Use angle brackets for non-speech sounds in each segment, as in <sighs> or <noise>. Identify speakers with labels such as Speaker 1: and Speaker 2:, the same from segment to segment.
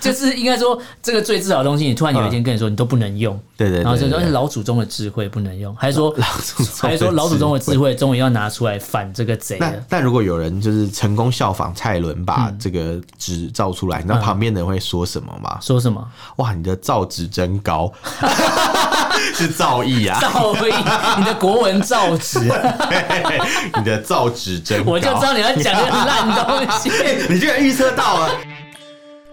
Speaker 1: 就是应该说，这个最自豪的东西，你突然有一天跟你说，你都不能用。
Speaker 2: 对对对
Speaker 1: 然后就说
Speaker 2: 对对
Speaker 1: 哎老祖宗的智慧不能用，还是
Speaker 2: <laughs>
Speaker 1: 说
Speaker 2: 祖宗的
Speaker 1: 还是说老祖宗的
Speaker 2: 智慧
Speaker 1: 智慧终于要拿出来反这个贼
Speaker 2: 那
Speaker 1: 了。
Speaker 2: 但如果有人就是成功效仿蔡伦把
Speaker 1: 嗯
Speaker 2: 这个纸造出来，你知道旁边的人会说什么吗？
Speaker 1: 说
Speaker 2: <laughs>
Speaker 1: 什么？
Speaker 2: 哇，你的造纸真高， <laughs> 是造诣啊！
Speaker 1: 造诣，你的国文造纸，
Speaker 2: <laughs> 你的造纸真高，
Speaker 1: 我就知道你要讲这个烂东西。
Speaker 2: <laughs> 你居然预测到了。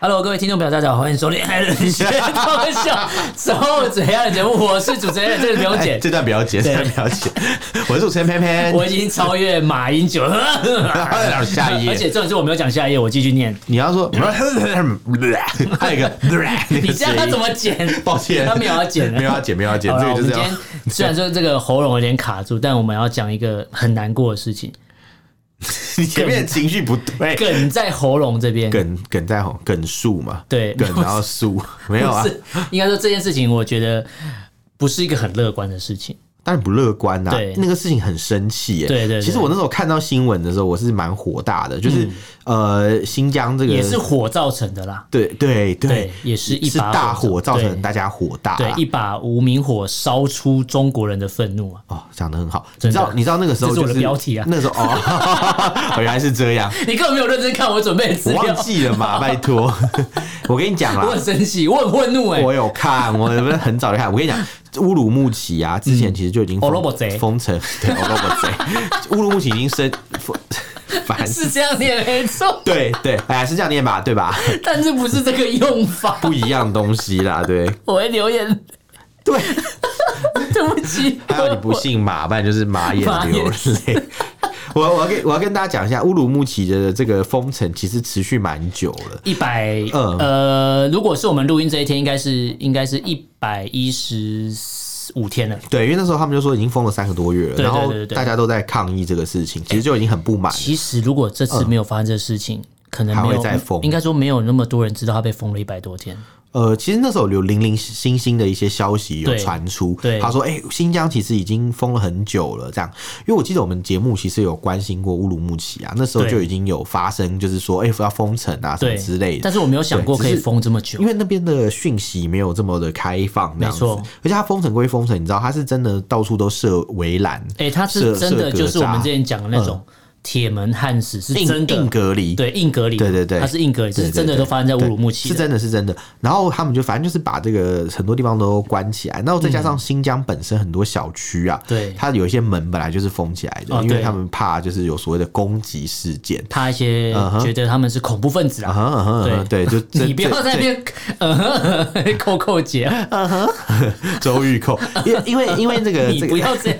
Speaker 1: Hello，各位听众朋友，大家好，欢迎收听《艾伦学脱口秀》之后怎样的节目，我是主持人，这个不用
Speaker 2: 哎
Speaker 1: 剪
Speaker 2: 这。段不要剪，这
Speaker 1: 对
Speaker 2: 段不要剪。我是主持人偏偏， <laughs>
Speaker 1: 我已经超越马英九了，
Speaker 2: 下一页
Speaker 1: 而且重点是我没有讲下一页，我继续念。
Speaker 2: 你要说，你要 <laughs> 还有一个， <laughs>
Speaker 1: <laughs> 你这样他怎么剪？
Speaker 2: 抱歉，
Speaker 1: 他没有要剪
Speaker 2: <laughs>
Speaker 1: 啊
Speaker 2: 没有要剪，没有要
Speaker 1: <laughs>
Speaker 2: 剪，
Speaker 1: 好
Speaker 2: 这
Speaker 1: 了，
Speaker 2: 个
Speaker 1: 我们
Speaker 2: 就是
Speaker 1: 今
Speaker 2: 要
Speaker 1: 天虽然说这个喉咙有点卡住，但我们要讲一个很难过的事
Speaker 2: <laughs>
Speaker 1: 情，
Speaker 2: 你 <laughs> 前面的情绪不
Speaker 1: <laughs>
Speaker 2: 对，
Speaker 1: 梗在喉咙这边。
Speaker 2: 梗梗在吼，梗树嘛，
Speaker 1: 对
Speaker 2: 梗然后树没有啊
Speaker 1: 不，是， <laughs> 应该说这件事情，我觉得不是一个很乐观的事情。
Speaker 2: 当然不乐观呐、啊
Speaker 1: 对
Speaker 2: 那个事情很生气耶。
Speaker 1: 对对对
Speaker 2: 其实我那时候看到新闻的时候，我是蛮火大的，就是、呃，新疆这个
Speaker 1: 嗯也是火造成的啦。
Speaker 2: 对对对
Speaker 1: 对，也是一
Speaker 2: 是
Speaker 1: 把
Speaker 2: 大
Speaker 1: 火
Speaker 2: 火造
Speaker 1: 对
Speaker 2: 成大家火大、啊
Speaker 1: 对，一把无名火烧出中国人的愤怒啊！
Speaker 2: 哦，讲的很好，你
Speaker 1: 真
Speaker 2: 知
Speaker 1: 的
Speaker 2: 道你知道那个时候
Speaker 1: 这是
Speaker 2: 就
Speaker 1: 我
Speaker 2: 是
Speaker 1: 的标题啊
Speaker 2: 那时候 <laughs> 哦，原来是这
Speaker 1: <laughs>
Speaker 2: 样，
Speaker 1: 你根本没有认真看我准备的资
Speaker 2: 我
Speaker 1: 料
Speaker 2: 忘，记了嘛，拜托， <laughs> 我跟你讲啦
Speaker 1: <laughs> 我，很生气，我很愤怒哎、
Speaker 2: <laughs> 我有看，我不是很早就看。我跟你讲，乌鲁木齐
Speaker 1: 嗯
Speaker 2: 啊，之前其实就已经封
Speaker 1: 欧罗巴贼
Speaker 2: 封城，对，欧罗巴贼，乌鲁木齐已经升 <laughs> 封，烦
Speaker 1: <laughs>
Speaker 2: 死。
Speaker 1: 是这样念没错，
Speaker 2: 对对，哎，是这样念吧，对
Speaker 1: <laughs>
Speaker 2: 吧？
Speaker 1: 但是不是这个用法？
Speaker 2: 不一样的东西啦，对
Speaker 1: 我会流眼，
Speaker 2: 对。
Speaker 1: 对不起。
Speaker 2: 还有你不姓马，不然就是马眼
Speaker 1: <laughs> 马
Speaker 2: 流
Speaker 1: 眼
Speaker 2: 泪。 <laughs> 我我要跟我要跟大家讲一下，乌鲁木齐的这个封城其实持续蛮久了。
Speaker 1: 一百
Speaker 2: 嗯
Speaker 1: 呃，如果是我们录音这一天，应该是应该是一百一十五天了。
Speaker 2: 对，因为那时候他们就说已经封了三个多月
Speaker 1: 对
Speaker 2: 了，
Speaker 1: 对
Speaker 2: 然后
Speaker 1: 对对对
Speaker 2: 大家都在抗议这个事情，其实就已经很不满了。
Speaker 1: 其实如果这次没有发生这事情，可能没
Speaker 2: 还会再
Speaker 1: 有
Speaker 2: 封，
Speaker 1: 应该说没有那么多人知道他被封了一百多天。
Speaker 2: 呃，其实那时候有零零星星的一些消息有
Speaker 1: 对
Speaker 2: 传出，
Speaker 1: 对
Speaker 2: 他说：“哎、新疆其实已经封了很久了。”这样，因为我记得我们节目其实有关心过乌鲁木齐啊，那时候
Speaker 1: 对
Speaker 2: 就已经有发生，就是说，哎、要封城啊什么
Speaker 1: 对
Speaker 2: 之类的
Speaker 1: 但。是我没有想过
Speaker 2: 对
Speaker 1: 可
Speaker 2: 只是
Speaker 1: 以封这么久
Speaker 2: 因。为那边的讯息没有这么的开放，那样子
Speaker 1: 没错，
Speaker 2: 而且它封城归封城，你知道它是真的到处都设围栏，
Speaker 1: 哎、他
Speaker 2: 设
Speaker 1: 是真的，
Speaker 2: 设
Speaker 1: 就是我
Speaker 2: 格
Speaker 1: 们
Speaker 2: 栅嗯
Speaker 1: 之前讲的那种铁门焊死，是哎真
Speaker 2: 硬
Speaker 1: 的
Speaker 2: 硬隔离，
Speaker 1: 对硬隔离，
Speaker 2: 对对对
Speaker 1: 它是硬隔离，
Speaker 2: 对
Speaker 1: 是真的都发生在乌鲁木齐
Speaker 2: 对
Speaker 1: 的，
Speaker 2: 是真的是真的。然后他们就反正就是把这个很多地方都关起来，然后再加上新疆本身很多小区啊，
Speaker 1: 对
Speaker 2: 它有一些门本来就是封起来的，
Speaker 1: 哦
Speaker 2: 因为
Speaker 1: 对
Speaker 2: 他们怕就是有所谓的攻击事件。
Speaker 1: 怕一些觉得他们是恐怖分子
Speaker 2: 啊
Speaker 1: 啊。
Speaker 2: 哈啊哈啊哈，嗯对，就这
Speaker 1: 你不要
Speaker 2: 这
Speaker 1: 在那边呃 <laughs> 扣扣姐，
Speaker 2: 这周玉蔻，因为因为因为这个
Speaker 1: <laughs> 你
Speaker 2: 这
Speaker 1: 不
Speaker 2: 个。
Speaker 1: 要这样，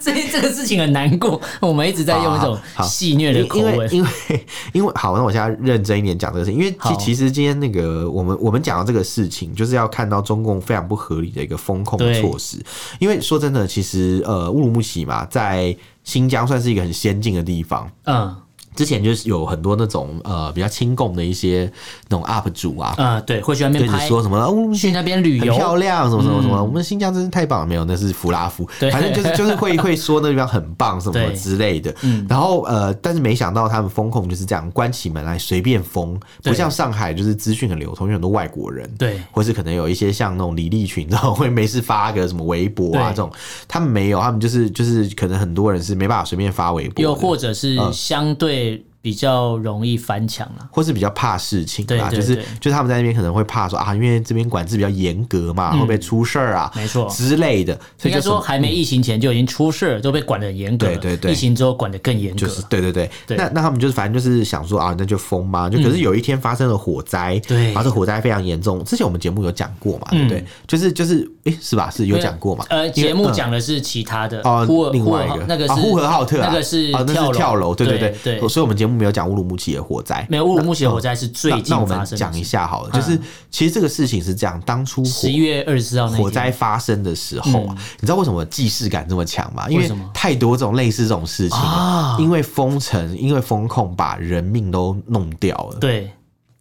Speaker 1: 这这个事情很难过。我们一直在用一种
Speaker 2: 好好好
Speaker 1: 戏谑的口
Speaker 2: 因为
Speaker 1: 吻，
Speaker 2: 因为因为好，那我现在认真一点讲这个事情，因为其
Speaker 1: 好
Speaker 2: 其实今天那个我们我们讲到这个事情，就是要看到中共非常不合理的一个风控
Speaker 1: 对
Speaker 2: 措施。因为说真的，其实呃乌鲁木齐嘛，在新疆算是一个很先进的地方，
Speaker 1: 嗯
Speaker 2: 之前就是有很多那种呃比较亲共的一些那种 UP 主啊，
Speaker 1: 嗯，对，会去那
Speaker 2: 对
Speaker 1: 边
Speaker 2: 你
Speaker 1: 拍，
Speaker 2: 说什么啊乌鲁木
Speaker 1: 去
Speaker 2: 齐
Speaker 1: 那边旅
Speaker 2: 很
Speaker 1: 游，
Speaker 2: 漂亮，什么什么什么，我们新疆真是太棒了，没有，那是弗拉夫，
Speaker 1: 嗯对
Speaker 2: 反正就是就是会会说那地方很棒什么
Speaker 1: <laughs> 对嗯
Speaker 2: 之类的。然后呃，但是没想到他们风控就是这样，关起门来随便封，不
Speaker 1: 对
Speaker 2: 像上海就是资讯很流通，有很多外国人，
Speaker 1: 对
Speaker 2: 或是可能有一些像那种李立群，然后会没事发个什么微博啊
Speaker 1: 对
Speaker 2: 这种，他们没有，他们就是就是可能很多人是没办法随便发微博的，
Speaker 1: 又或者是
Speaker 2: 嗯
Speaker 1: 相对比较容易翻墙啊啦。
Speaker 2: 或是比较怕事情啊，
Speaker 1: 对对
Speaker 2: 就是
Speaker 1: 对
Speaker 2: 就是他们在那边可能会怕说啊，因为这边管制比较严格嘛，会不会出事儿啊，
Speaker 1: 嗯没错
Speaker 2: 之类的，
Speaker 1: 应
Speaker 2: 所以就
Speaker 1: 该说
Speaker 2: 说。
Speaker 1: 还没疫情前就已经出事了，都被管得很严格了。
Speaker 2: 对对对
Speaker 1: 疫情之后管得更严格。
Speaker 2: 就是对对对，
Speaker 1: 对嗯
Speaker 2: 那那他们就是反正就是想说啊，那就封嘛。就可是有一天发生了火灾，
Speaker 1: 对嗯
Speaker 2: 然后这火灾非常严重。之前我们节目有讲过嘛，对不对？就是就是，诶，是吧？是有讲过嘛？
Speaker 1: 呃，
Speaker 2: 因为
Speaker 1: 节目
Speaker 2: 嗯
Speaker 1: 讲的是其他的，
Speaker 2: 哦
Speaker 1: 呃呼，尔
Speaker 2: 另外一
Speaker 1: 呼尔
Speaker 2: 个
Speaker 1: 那个
Speaker 2: 啊
Speaker 1: 是
Speaker 2: 呼和浩特啊，
Speaker 1: 那个是
Speaker 2: 啊那是
Speaker 1: 跳
Speaker 2: 跳楼，对
Speaker 1: 对
Speaker 2: 对对。
Speaker 1: 对
Speaker 2: 所以我们节目目没有讲乌鲁木齐的火灾，
Speaker 1: 没有乌鲁木齐的火灾是最
Speaker 2: 那
Speaker 1: 近
Speaker 2: 那我
Speaker 1: 发
Speaker 2: 们
Speaker 1: 生的
Speaker 2: 讲一
Speaker 1: 事，嗯
Speaker 2: 下好了，就是其实这个事情是这样，当初火
Speaker 1: 十一月二十四号那天
Speaker 2: 火
Speaker 1: 嗯
Speaker 2: 灾发生的时候啊，你知道为什么既视感这么强吗？因
Speaker 1: 为
Speaker 2: 为
Speaker 1: 什么
Speaker 2: 太多这种类似这种事情了
Speaker 1: 啊，
Speaker 2: 因为封城，因为封控把人命都弄掉了，
Speaker 1: 对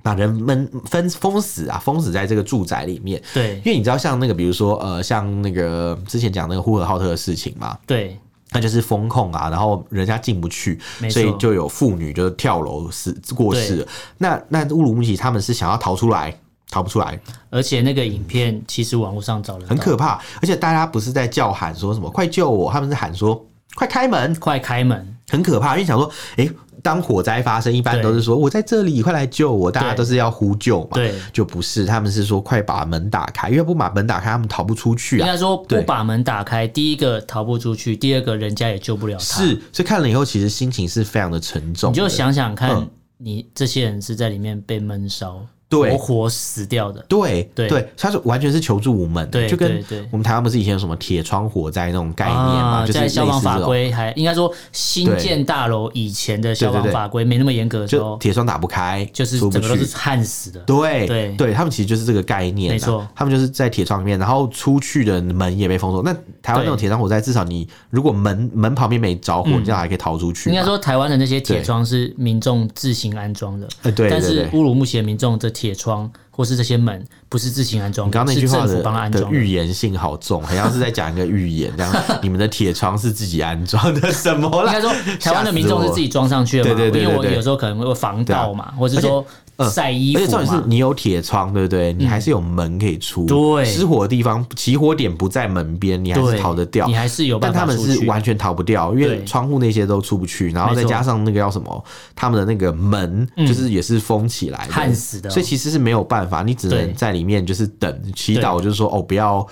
Speaker 2: 把人闷封封死啊，封死在这个住宅里面。
Speaker 1: 对
Speaker 2: 因为你知道，像那个，比如说，呃，像那个之前讲那个呼和浩特的事情嘛，
Speaker 1: 对
Speaker 2: 那就是封控啊，然后人家进不去
Speaker 1: 没，错
Speaker 2: 所以就有妇女就跳楼死过世了。那那乌鲁木齐他们是想要逃出来，逃不出来，
Speaker 1: 而且那个影片其实网络上找得到，
Speaker 2: 很可怕。而且大家不是在叫喊说什么“快救我”，他们是喊说“快开门
Speaker 1: 快开门，”，
Speaker 2: 很可怕。因为想说，诶，当火灾发生，一般
Speaker 1: 对
Speaker 2: 都是说“我在这里，快来救我”，大家
Speaker 1: 对
Speaker 2: 都是要呼救嘛。
Speaker 1: 对
Speaker 2: 就不是，他们是说快把门打开，因为不把门打开，他们逃不出去
Speaker 1: 应
Speaker 2: 啊。
Speaker 1: 该说
Speaker 2: 对
Speaker 1: 不把门打开，第一个逃不出去，第二个人家也救不了他。
Speaker 2: 是，所以看了以后，其实心情是非常的沉重
Speaker 1: 你
Speaker 2: 的。
Speaker 1: 就想想看
Speaker 2: 嗯，
Speaker 1: 你这些人是在里面被闷烧，
Speaker 2: 对
Speaker 1: 活活死掉的，
Speaker 2: 对
Speaker 1: 哦对
Speaker 2: 对，他是完全是求助无门的，
Speaker 1: 对
Speaker 2: 就跟
Speaker 1: 对对
Speaker 2: 我们台湾不是以前有什么铁窗火灾那种概念
Speaker 1: 啊，
Speaker 2: 嘛，就是
Speaker 1: 在
Speaker 2: 类似
Speaker 1: 消防法
Speaker 2: 这种，
Speaker 1: 规还应该说新
Speaker 2: 对
Speaker 1: 建大楼以前的消
Speaker 2: 对
Speaker 1: 防
Speaker 2: 对对
Speaker 1: 法规没那么严格的时
Speaker 2: 就
Speaker 1: 候，
Speaker 2: 铁窗打不开，
Speaker 1: 就是
Speaker 2: 出
Speaker 1: 整
Speaker 2: 不
Speaker 1: 个都
Speaker 2: 去
Speaker 1: 是。焊死的。
Speaker 2: 对
Speaker 1: 对
Speaker 2: 对，他们其实就是这个概念、啊，
Speaker 1: 没错
Speaker 2: 他们就是在铁窗里面，然后出去的门也被封锁。那台湾那种
Speaker 1: 对嗯
Speaker 2: 铁窗火灾，至少你如果门门旁边没着火，你这样还可以逃出去嘛。
Speaker 1: 应该说，台湾的那些铁
Speaker 2: 对
Speaker 1: 窗是民众自行安装的，
Speaker 2: 呃，对对
Speaker 1: 但
Speaker 2: 对
Speaker 1: 是。乌鲁木齐的民众的铁窗或是这些门不是自行安装
Speaker 2: 你
Speaker 1: 的，
Speaker 2: 刚刚那句
Speaker 1: 是
Speaker 2: 话
Speaker 1: 政府
Speaker 2: 的
Speaker 1: 帮他安
Speaker 2: 的
Speaker 1: 装
Speaker 2: 预
Speaker 1: 的。
Speaker 2: 言性好重，好像是在讲一个预言
Speaker 1: <laughs>
Speaker 2: 这样。你们的铁窗是自己安装的，什么
Speaker 1: 应
Speaker 2: 啦
Speaker 1: 该？说，台湾的民众是自己装上去的嘛？
Speaker 2: 对对对对
Speaker 1: 因为我
Speaker 2: 对对
Speaker 1: 有时候可能会有防盗嘛，或者是说
Speaker 2: 呃
Speaker 1: 晒衣
Speaker 2: 而且
Speaker 1: 服
Speaker 2: 重点是
Speaker 1: 嘛。嗯
Speaker 2: 你有铁窗，对不对？你还是有门可以出。
Speaker 1: 对
Speaker 2: 失火的地方，起火点不在门边，你还是
Speaker 1: 对，
Speaker 2: 逃得掉
Speaker 1: 你。还是有
Speaker 2: 但
Speaker 1: 办法
Speaker 2: 他们
Speaker 1: 出
Speaker 2: 是
Speaker 1: 去。啊
Speaker 2: 完全逃不掉，因为
Speaker 1: 对
Speaker 2: 窗户那些都出不去，然后
Speaker 1: 没
Speaker 2: 再
Speaker 1: 错嗯
Speaker 2: 加上那个叫什么，他们的那个门就是也是封起来的，
Speaker 1: 焊死的哦
Speaker 2: 所以其实是没有办法，你只
Speaker 1: 对
Speaker 2: 能在里面就是等祈祷，就是说哦不要。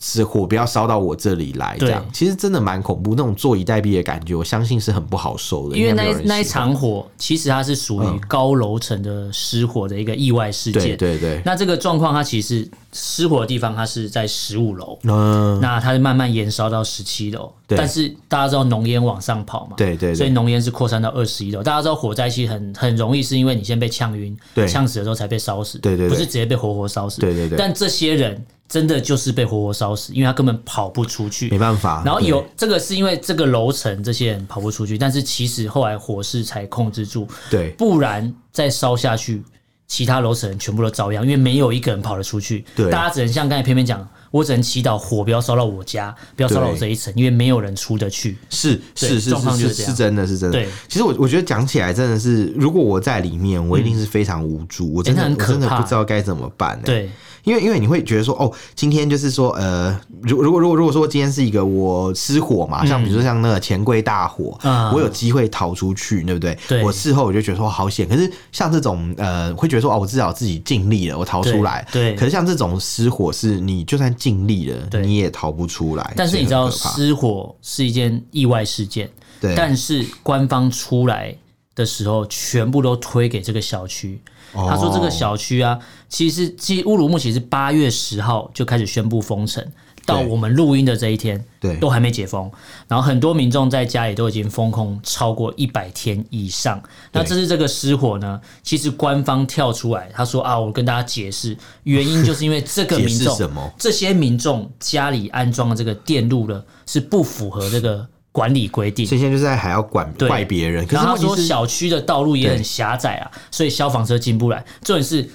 Speaker 2: 是火不要烧到我这里来，这样
Speaker 1: 对
Speaker 2: 其实真的蛮恐怖，那种坐以待毙的感觉，我相信是很不好受的。
Speaker 1: 因为
Speaker 2: 应该
Speaker 1: 那
Speaker 2: 没有
Speaker 1: 一
Speaker 2: 人
Speaker 1: 那一
Speaker 2: 喜欢
Speaker 1: 场火，其实它是属于高楼层的失火的一个意外事
Speaker 2: 对
Speaker 1: 件。
Speaker 2: 对对，
Speaker 1: 那这个状况，它其实失火的地方，它是在十五楼，
Speaker 2: 嗯，
Speaker 1: 那它是慢慢延烧到十七楼。
Speaker 2: 对
Speaker 1: 但是大家知道浓烟往上跑嘛，
Speaker 2: 对对
Speaker 1: 所以
Speaker 2: 对，
Speaker 1: 浓烟是扩散到二十一楼。大家知道火灾其实很很容易，是因为你先被呛晕
Speaker 2: 对，
Speaker 1: 呛死了之后才被烧死，
Speaker 2: 对对对
Speaker 1: 不是直接被活活烧死。
Speaker 2: 对对对
Speaker 1: 但这些人真的就是被活活烧死，因为他根本跑不出去，
Speaker 2: 没办法。
Speaker 1: 然后
Speaker 2: 对
Speaker 1: 有这个是因为这个楼层这些人跑不出去，但是其实后来火势才控制住，
Speaker 2: 对
Speaker 1: 不然再烧下去，其他楼层全部都遭殃，因为没有一个人跑得出去。
Speaker 2: 对
Speaker 1: 大家只能像刚才偏偏讲，我只能祈祷火不要烧到我家，不要烧到我
Speaker 2: 对
Speaker 1: 这一层，因为没有人出得去。
Speaker 2: 是
Speaker 1: 对
Speaker 2: 是是
Speaker 1: 状况就是是
Speaker 2: 是
Speaker 1: 这
Speaker 2: 是
Speaker 1: 样
Speaker 2: 真的是真的
Speaker 1: 对。
Speaker 2: 其实我我觉得讲起来真的是，如果我在里面，我一定是非常无助，我真的
Speaker 1: 嗯那很可
Speaker 2: 我
Speaker 1: 怕
Speaker 2: 真的不知道该怎么办、欸。，
Speaker 1: 对
Speaker 2: 因为因为你会觉得说，哦，今天就是说，呃，如如果如果如果说今天是一个我失火嘛，像
Speaker 1: 嗯
Speaker 2: 比如说像那个钱柜大火，
Speaker 1: 啊
Speaker 2: 我有机会逃出去，对不对？
Speaker 1: 对
Speaker 2: 我事后我就觉得说好险，可是像这种呃，会觉得说哦，我至少自己尽力了，我逃出来。
Speaker 1: 对对
Speaker 2: 可是像这种失火是你就算尽力了，
Speaker 1: 对
Speaker 2: 你也逃不出来。
Speaker 1: 但是你知
Speaker 2: 所以
Speaker 1: 道
Speaker 2: 很可怕
Speaker 1: 失火是一件意外事件，
Speaker 2: 对，
Speaker 1: 但是官方出来的时候，全部都推给这个小区。
Speaker 2: 哦
Speaker 1: 他说这个小区啊，其实其实乌鲁木齐是八月十号就开始宣布封城，到
Speaker 2: 对
Speaker 1: 我们录音的这一天，
Speaker 2: 对
Speaker 1: 都还没解封。然后很多民众在家里都已经封控超过一百天以上。那
Speaker 2: 对
Speaker 1: 这是这个失火呢？其实官方跳出来，他说啊，我跟大家解释，原因就是因为这个
Speaker 2: <laughs> 解
Speaker 1: 民
Speaker 2: 释
Speaker 1: 众
Speaker 2: 什么
Speaker 1: 这些民众家里安装的这个电路呢，是不符合这个管理规定。
Speaker 2: 所以现在就是在还要管
Speaker 1: 对
Speaker 2: 怪别人，可
Speaker 1: 然后
Speaker 2: 是
Speaker 1: 他
Speaker 2: 问
Speaker 1: 说
Speaker 2: 题是，
Speaker 1: 小区的道路也
Speaker 2: 对
Speaker 1: 很狭窄啊，所以消防车进不来。重点是，